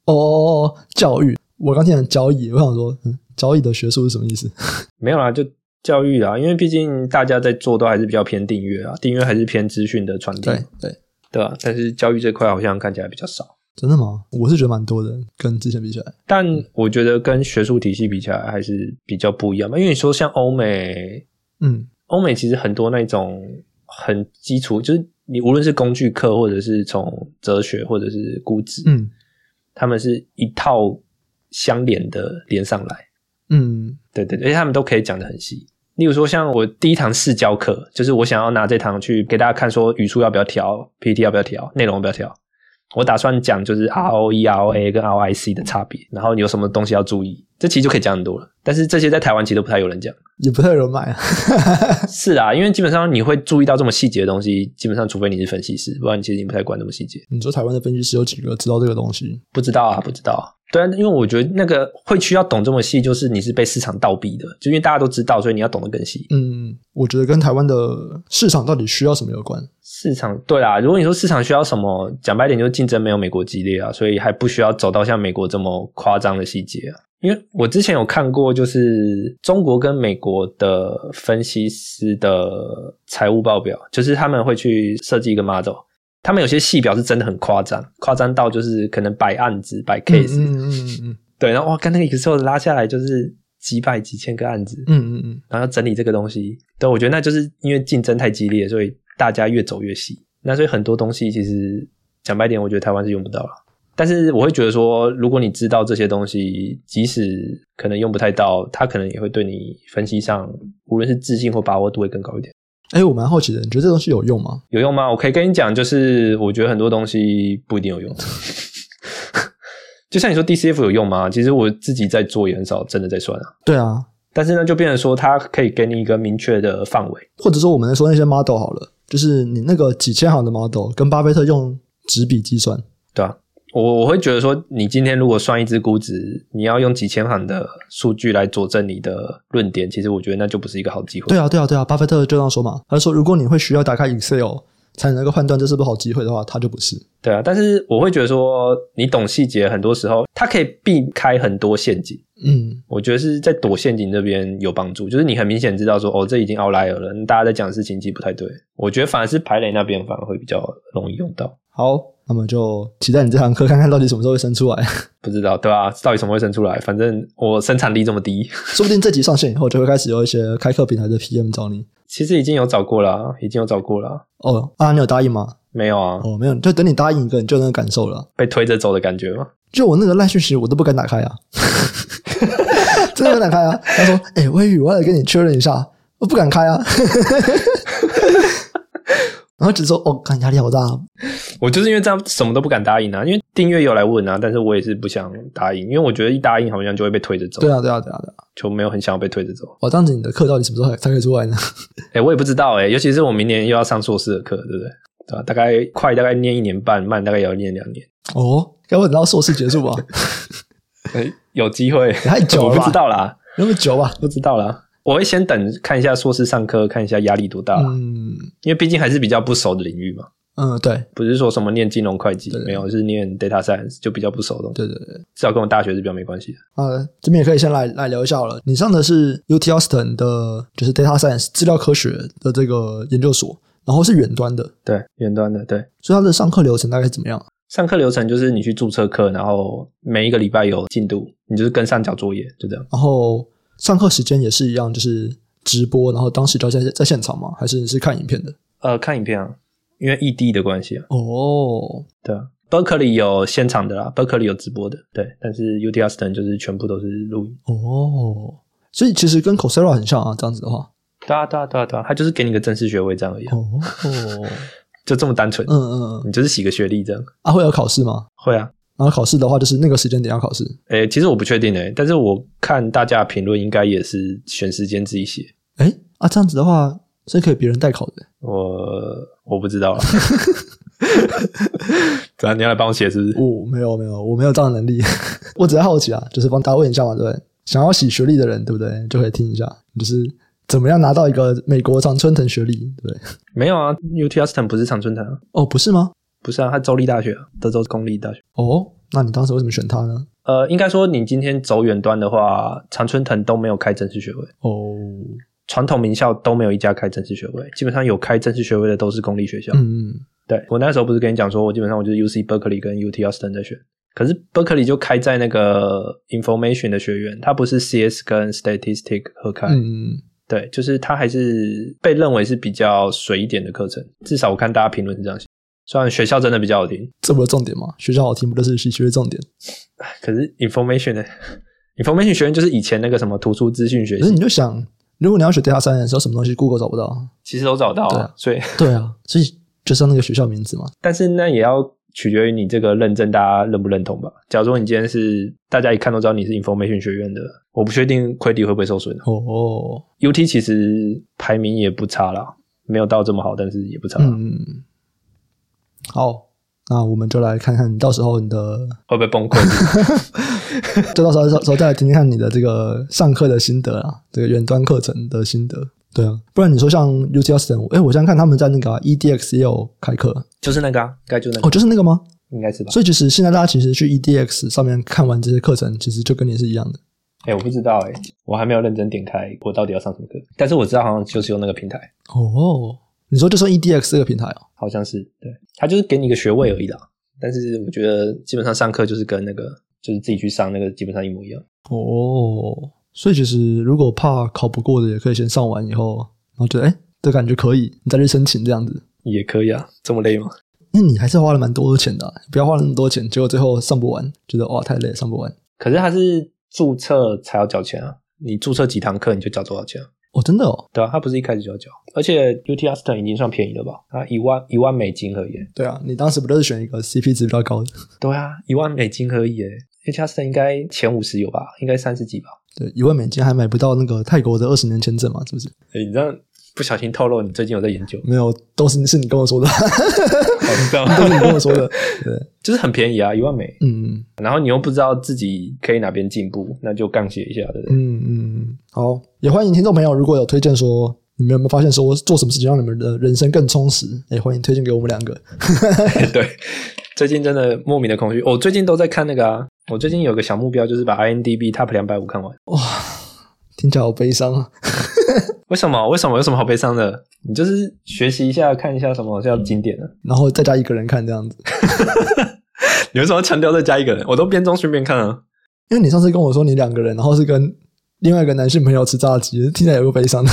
哦哦哦，教育，我刚听成交易，我想说，嗯，交易的学术是什么意思？
没有啦，就教育啦，因为毕竟大家在做都还是比较偏订阅啊，订阅还是偏资讯的传递，
[laughs] 对对，
对吧、但是教育这块好像看起来比较少，
真的吗？我是觉得蛮多的，跟之前比起来，
但我觉得跟学术体系比起来还是比较不一样嘛。因为你说像欧美，
嗯，
欧美其实很多那种很基础，就是你无论是工具课，或者是从哲学，或者是估值，
嗯
他们是一套相连的连上来，
嗯
对对对，而且他们都可以讲得很细。例如说，像我第一堂试教课，就是我想要拿这堂去给大家看，说语速要不要调，PT 要不要调，内容要不要调。我打算讲就是 E ROE、ROA 跟 ROIC 的差别，然后你有什么东西要注意，这其实就可以讲很多了。但是这些在台湾其实都不太有人讲。
也不太有人买啊。 [laughs]
是啊，因为基本上你会注意到这么细节的东西，基本上除非你是分析师，不然你其实你不太管那么细节。
你说台湾的分析师有几个知道这个东西？
不知道啊，不知道、啊。对啊，因为我觉得那个会需要懂这么细，就是你是被市场倒逼的，就因为大家都知道，所以你要懂得更细。
嗯，我觉得跟台湾的市场到底需要什么有关。
市场对啦，如果你说市场需要什么，讲白点就是竞争没有美国激烈啊，所以还不需要走到像美国这么夸张的细节啊。因为我之前有看过，就是中国跟美国的分析师的财务报表，就是他们会去设计一个 model，他们有些细表是真的很夸张，夸张到就是可能摆案子、摆 case，、
嗯嗯嗯嗯
对，然后哇，看那个 Excel 拉下来就是几百几千个案子，
嗯嗯嗯，
然后要整理这个东西。对，我觉得那就是因为竞争太激烈，所以大家越走越细。那所以很多东西其实讲白点，我觉得台湾是用不到了。但是我会觉得说，如果你知道这些东西，即使可能用不太到，它可能也会对你分析上，无论是自信或把握度会更高一点。
哎、我蛮好奇的，你觉得这东西有用吗？
有用吗？我可以跟你讲，就是我觉得很多东西不一定有用。 [laughs] 就像你说 DCF 有用吗？其实我自己在做也很少真的在算啊。
对啊，
但是呢，就变成说它可以给你一个明确的范围。
或者说我们说那些 model 好了，就是你那个几千行的 model 跟巴菲特用纸笔计算，
对啊，我我会觉得说，你今天如果算一只估值，你要用几千行的数据来佐证你的论点，其实我觉得那就不是一个好机会。
对啊，对啊，对啊，巴菲特就这样说嘛，他说如果你会需要打开 Excel 才能够判断这是不是好机会的话，他就不是。
对啊，但是我会觉得说，你懂细节，很多时候它可以避开很多陷阱。
嗯，
我觉得是在躲陷阱这边有帮助，就是你很明显知道说，哦，这已经 outlier 了，大家在讲的事情其实不太对。我觉得反而是排雷那边反而会比较容易用到，
好，那么就期待你这堂课，看看到底什么时候会生出来， [laughs]
不知道对吧、到底什么会生出来？反正我生产力这么低， [laughs]
说不定这集上线以后就会开始有一些开课平台的 PM 找你。
其实已经有找过了啊，已经有找过了啊，
哦啊，你有答应吗？
没有啊，
哦，没有，就等你答应一个，你就能感受了。
被推着走的感觉吗？
就我那个赖讯息，我都不敢打开啊， [laughs] 真的不敢打开啊。他说：“哎、微雨，我要来跟你确认一下，我不敢开啊。” [laughs] 然后只说：“哦，看压力好大啊。
我就是因为这样什么都不敢答应啊，因为订阅有来问啊，但是我也是不想答应，因为我觉得一答应好像就会被推着”走，
对啊，对啊，对啊，对啊。
就没有很想要被推着走。
哇，这样子你的课到底什么时候才才可以出来呢？
哎、我也不知道哎、尤其是我明年又要上硕士的课，对不对？对吧、大概快大概念一年半，慢大概也要念两年，
哦，该不会等到硕士结束吧？
哎，有机会
太久了
我
吧
不知道啦，
[laughs] 那么久啊吧？
不知道啦。我会先等看一下硕士上课，看一下压力多大啦，
嗯
因为毕竟还是比较不熟的领域嘛，
[laughs] 嗯，对
不是说什么念金融会计
对，
没有是念 data science 就比较不熟的东西，
对对对。
至少跟我大学是比较没关系的。
呃，这边也可以先来来聊一下好了。你上的是 UT Austin 的，就是 Data Science 资料科学的这个研究所，然后是远端的，
对，远端的对。
所以它的上课流程大概是怎么样啊？
上课流程就是你去注册课，然后每一个礼拜有进度，你就是跟上交作业，就这样。
然后上课时间也是一样，就是直播，然后当时就在在现场吗？还是你是看影片的？
呃，看影片啊，因为异地的关系啊，
哦，
对啊。Berkeley 有现场的啦，Berkeley 有直播的，对。但是 UT Austin 就是全部都是录音。
哦，所以其实跟 Coursera 很像啊，这样子的话，
对啊，对啊，对啊，对啊，他就是给你个正式学位这样而已啊、
哦，
就这么单纯
嗯。嗯，嗯，
你就是洗个学历这样。
啊，会有考试吗？
会啊，
然后考试的话，就是那个时间点要考试。
诶、其实我不确定诶、但是我看大家的评论应该也是选时间自己写，
哎，啊，这样子的话是可以别人代考的。
我我不知
[laughs]
道啊。 [laughs] 怎
哦
样？你要来帮我写是不是？
[laughs] 我、没有没有，我没有这样的能力，我只是好奇啊，就是帮大家问一下嘛，对不对？想要洗学历的人，对不对？就可以听一下，就是怎么样拿到一个美国常春藤学历，对不对？
没有啊，UT Austin 不是常春藤啊，
哦，不是吗？
不是啊，它州立大学啊，德州公立大学。
哦，那你当时为什么选它呢？
呃，应该说你今天走远端的话，常春藤都没有开正式学位，
哦，
传统名校都没有一家开正式学位，基本上有开正式学位的都是公立学校。
嗯嗯，
对我那时候不是跟你讲说，我基本上我就是 UC Berkeley 跟 UT Austin 在选，可是 Berkeley 就开在那个 Information 的学院，它不是 CS 跟 Statistic 合开，
嗯嗯，
对，就是它还是被认为是比较水一点的课程，至少我看大家评论是这样写。虽然学校真的比较好听，
这不是重点嘛？学校好听不就是学学重点？
可是 Information 的 [laughs] Information 学院就是以前那个什么图书资讯学
可是
系，
你就想，如果你要学 data science 的时候，什么东西 Google 找不到？
其实都找到
对
啊
啊，
所以
对啊，所以就是要那个学校名字嘛。
[laughs] 但是那也要取决于你这个认证，大家认不认同吧。假如说你今天是大家一看都知道你是 Information 学院的，我不确定奎迪会不会受损啊、
哦哦，
UT 其实排名也不差啦，没有到这么好，但是也不差。
嗯，好，那我们就来看看你到时候你 [laughs] 的，
会不会崩溃？
就到时候到时候再来听听看你的这个上课的心得啊，这个远端课程的心得。对啊，不然你说像 UT Austin，哎，我想想看他们在那个啊 EDX 也有开课，
[laughs] 就是那个、啊，应该就那个，
哦，就是那个吗？
应该是吧？
所以其实现在大家其实去 EDX 上面看完这些课程，其实就跟你是一样的。
哎、我不知道哎、我还没有认真点开我到底要上什么课，但是我知道好像就是用那个平台，
哦，你说就算 EDX 这个平台哦，
好像是对，它就是给你一个学位而已啦。但是我觉得基本上上课就是跟那个就是自己去上那个基本上一模一样。
哦，所以其实如果怕考不过的，也可以先上完以后，然后觉得哎，诶这感觉可以，你再去申请这样子。
也可以啊，这么累吗？
因为你还是花了蛮多钱的啊、不要花了那么多钱，结果最后上不完，觉得哇太累，上不完。
可是它是注册才要缴钱啊，你注册几堂课你就缴多少钱、啊，
哦，真的哦，
对啊，它不是一开始就要缴，而且 UT Austin 已经算便宜了吧？啊，一万一万美金而已耶，
对啊，你当时不就是选一个 CP 值比较高的？
对啊，一万美金而已耶，UT Austin 应该前五十有吧？应该三十几吧？
对，一万美金还买不到那个泰国的二十年签证嘛？是不是？，
哎，你这样不小心透露你最近有在研究 [laughs] 哦
没有，都是是你跟我 [laughs] 说的，
知道
都是你跟我说 [laughs] 的。对，
[laughs] 就是很便宜啊，一万美，
嗯
然后你又不知道自己可以哪边进步，那就杠写一 [laughs] 下，对不对？
嗯嗯，好，也欢迎听众朋友，如果有推荐说。你们有没有发现，说做什么事情让你们的人生更充实？也欢迎推荐给我们两个。
对，最近真的莫名的空虚。我最近都在看那个啊，我最近有个小目标就是把 IMDB Top 两百五看完。
听起来好悲伤啊！
为什么？为什么？有什么好悲伤的？你就是学习一下，看一下什么叫经典的、啊
然后在家一个人看这样子，
[laughs] 你为什么要强调再加一个人？我都边中训边看啊。
因为你上次跟我说你两个人，然后是跟另外一个男性朋友吃炸鸡，听起来有个悲 [laughs] 伤的。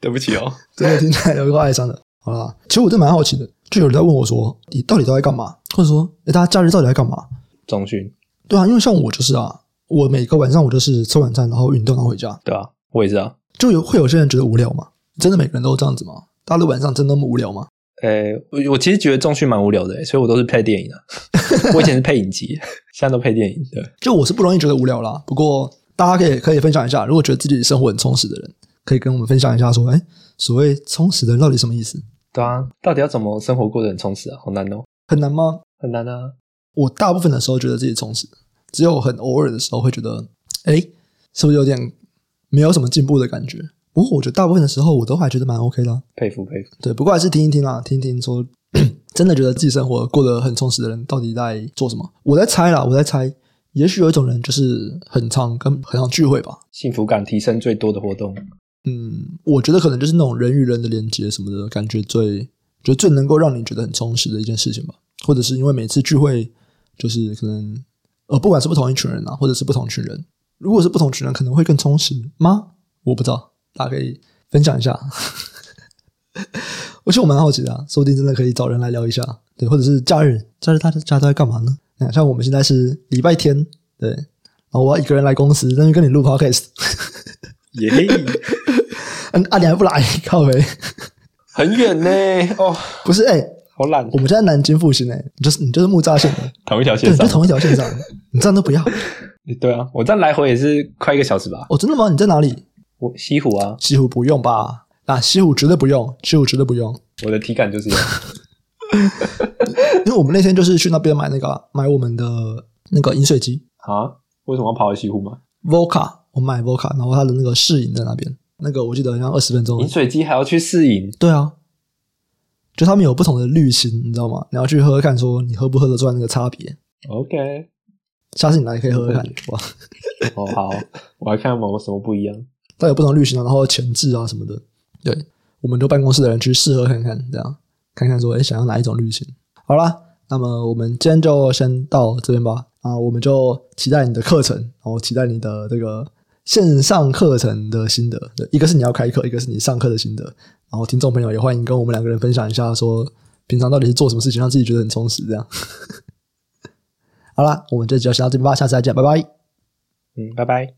对不起哦，
真的听起来有够哀伤的。好啦，其实我真蛮好奇的，就有人在问我说，你到底都在干嘛？或者说，诶大家假日到底在干嘛？
[laughs] 中训，
对啊，因为像我就是啊，我每个晚上我就是吃晚餐，然后运动，然后回家，
对啊，我也是啊。
就有会有些人觉得无聊嘛？真的每个人都这样子吗？大家的晚上真的那么无聊吗？
诶、呃我我其实觉得中训蛮无聊的，所以我都是配电影 [laughs] 啊。我以前是配影集，现在都配电影。对，
就我是不容易觉得无聊啦。不过大家可以可以分享一下，如果觉得自己生活很充实的人，可以跟我们分享一下说，哎，所谓充实的人到底什么意思？
对啊，到底要怎么生活过得很充实啊？好难哦，
很难吗？
很难啊。
我大部分的时候觉得自己充实，只有很偶尔的时候会觉得，哎，是不是有点没有什么进步的感觉？不过我觉得大部分的时候我都还觉得蛮 OK 的啊、
佩服佩服。
对，不过还是听一听啦，听一听说真的觉得自己生活过得很充实的人到底在做什么？我在猜啦，我在猜，也许有一种人就是很常跟很常聚会吧。
幸福感提升最多的活动，
嗯，我觉得可能就是那种人与人的连接什么的感觉最，就最能够让你觉得很充实的一件事情吧。或者是因为每次聚会，就是可能呃，不管是不同一群人啊，或者是不同群人，如果是不同群人，可能会更充实吗？我不知道，大家可以分享一下。 [laughs] 而且我蛮好奇的、啊，说不定真的可以找人来聊一下，对，或者是假日，假日大家大家都在干嘛呢？你看像我们现在是礼拜天，对，然后我要一个人来公司，那就跟你录 podcast，
耶、
啊啊，你还不来， [laughs] 靠呗。
[laughs] 很远呢，哦，
不是哎、
好懒
我，们现在南京复兴哎、你就是你就是木栅线的，
同一条
对，
线
你
上
就。同一条线上，你这样都不要
对啊，我这样来回也是快一个小时吧。
哦？真的吗？你在哪里？
我西湖啊，
西湖不用吧？啊，西湖绝对不用，西湖绝对不用，
我的体感就是这样。 [laughs]
因为我们那天就是去那边买那个啊买我们的那个饮水机
啊？为什么要跑到西湖买？
Voca，我买 Voca，然后它的那个试饮在那边，那个我记得好像二十分钟
饮。水机还要去试饮？
对啊，就他们有不同的滤芯，你知道吗？你要去喝喝看，说你喝不喝得出来那个差别。
OK，
下次你来也可以喝喝看，哇，
哦好， [laughs] 我还看有没有什么不一样。
它有不同滤芯啊，然后前置啊什么的。对，我们就办公室的人去试喝看看，这样看看说，哎，想要哪一种滤芯？好啦，那么我们今天就先到这边吧。啊，我们就期待你的课程，然后期待你的这个线上课程的心得。对，一个是你要开课，一个是你上课的心得。然后听众朋友也欢迎跟我们两个人分享一下，说平常到底是做什么事情让自己觉得很充实。这样。 [laughs] 好啦，我们这集就先到这边吧，下次再见，拜拜。
嗯，拜拜。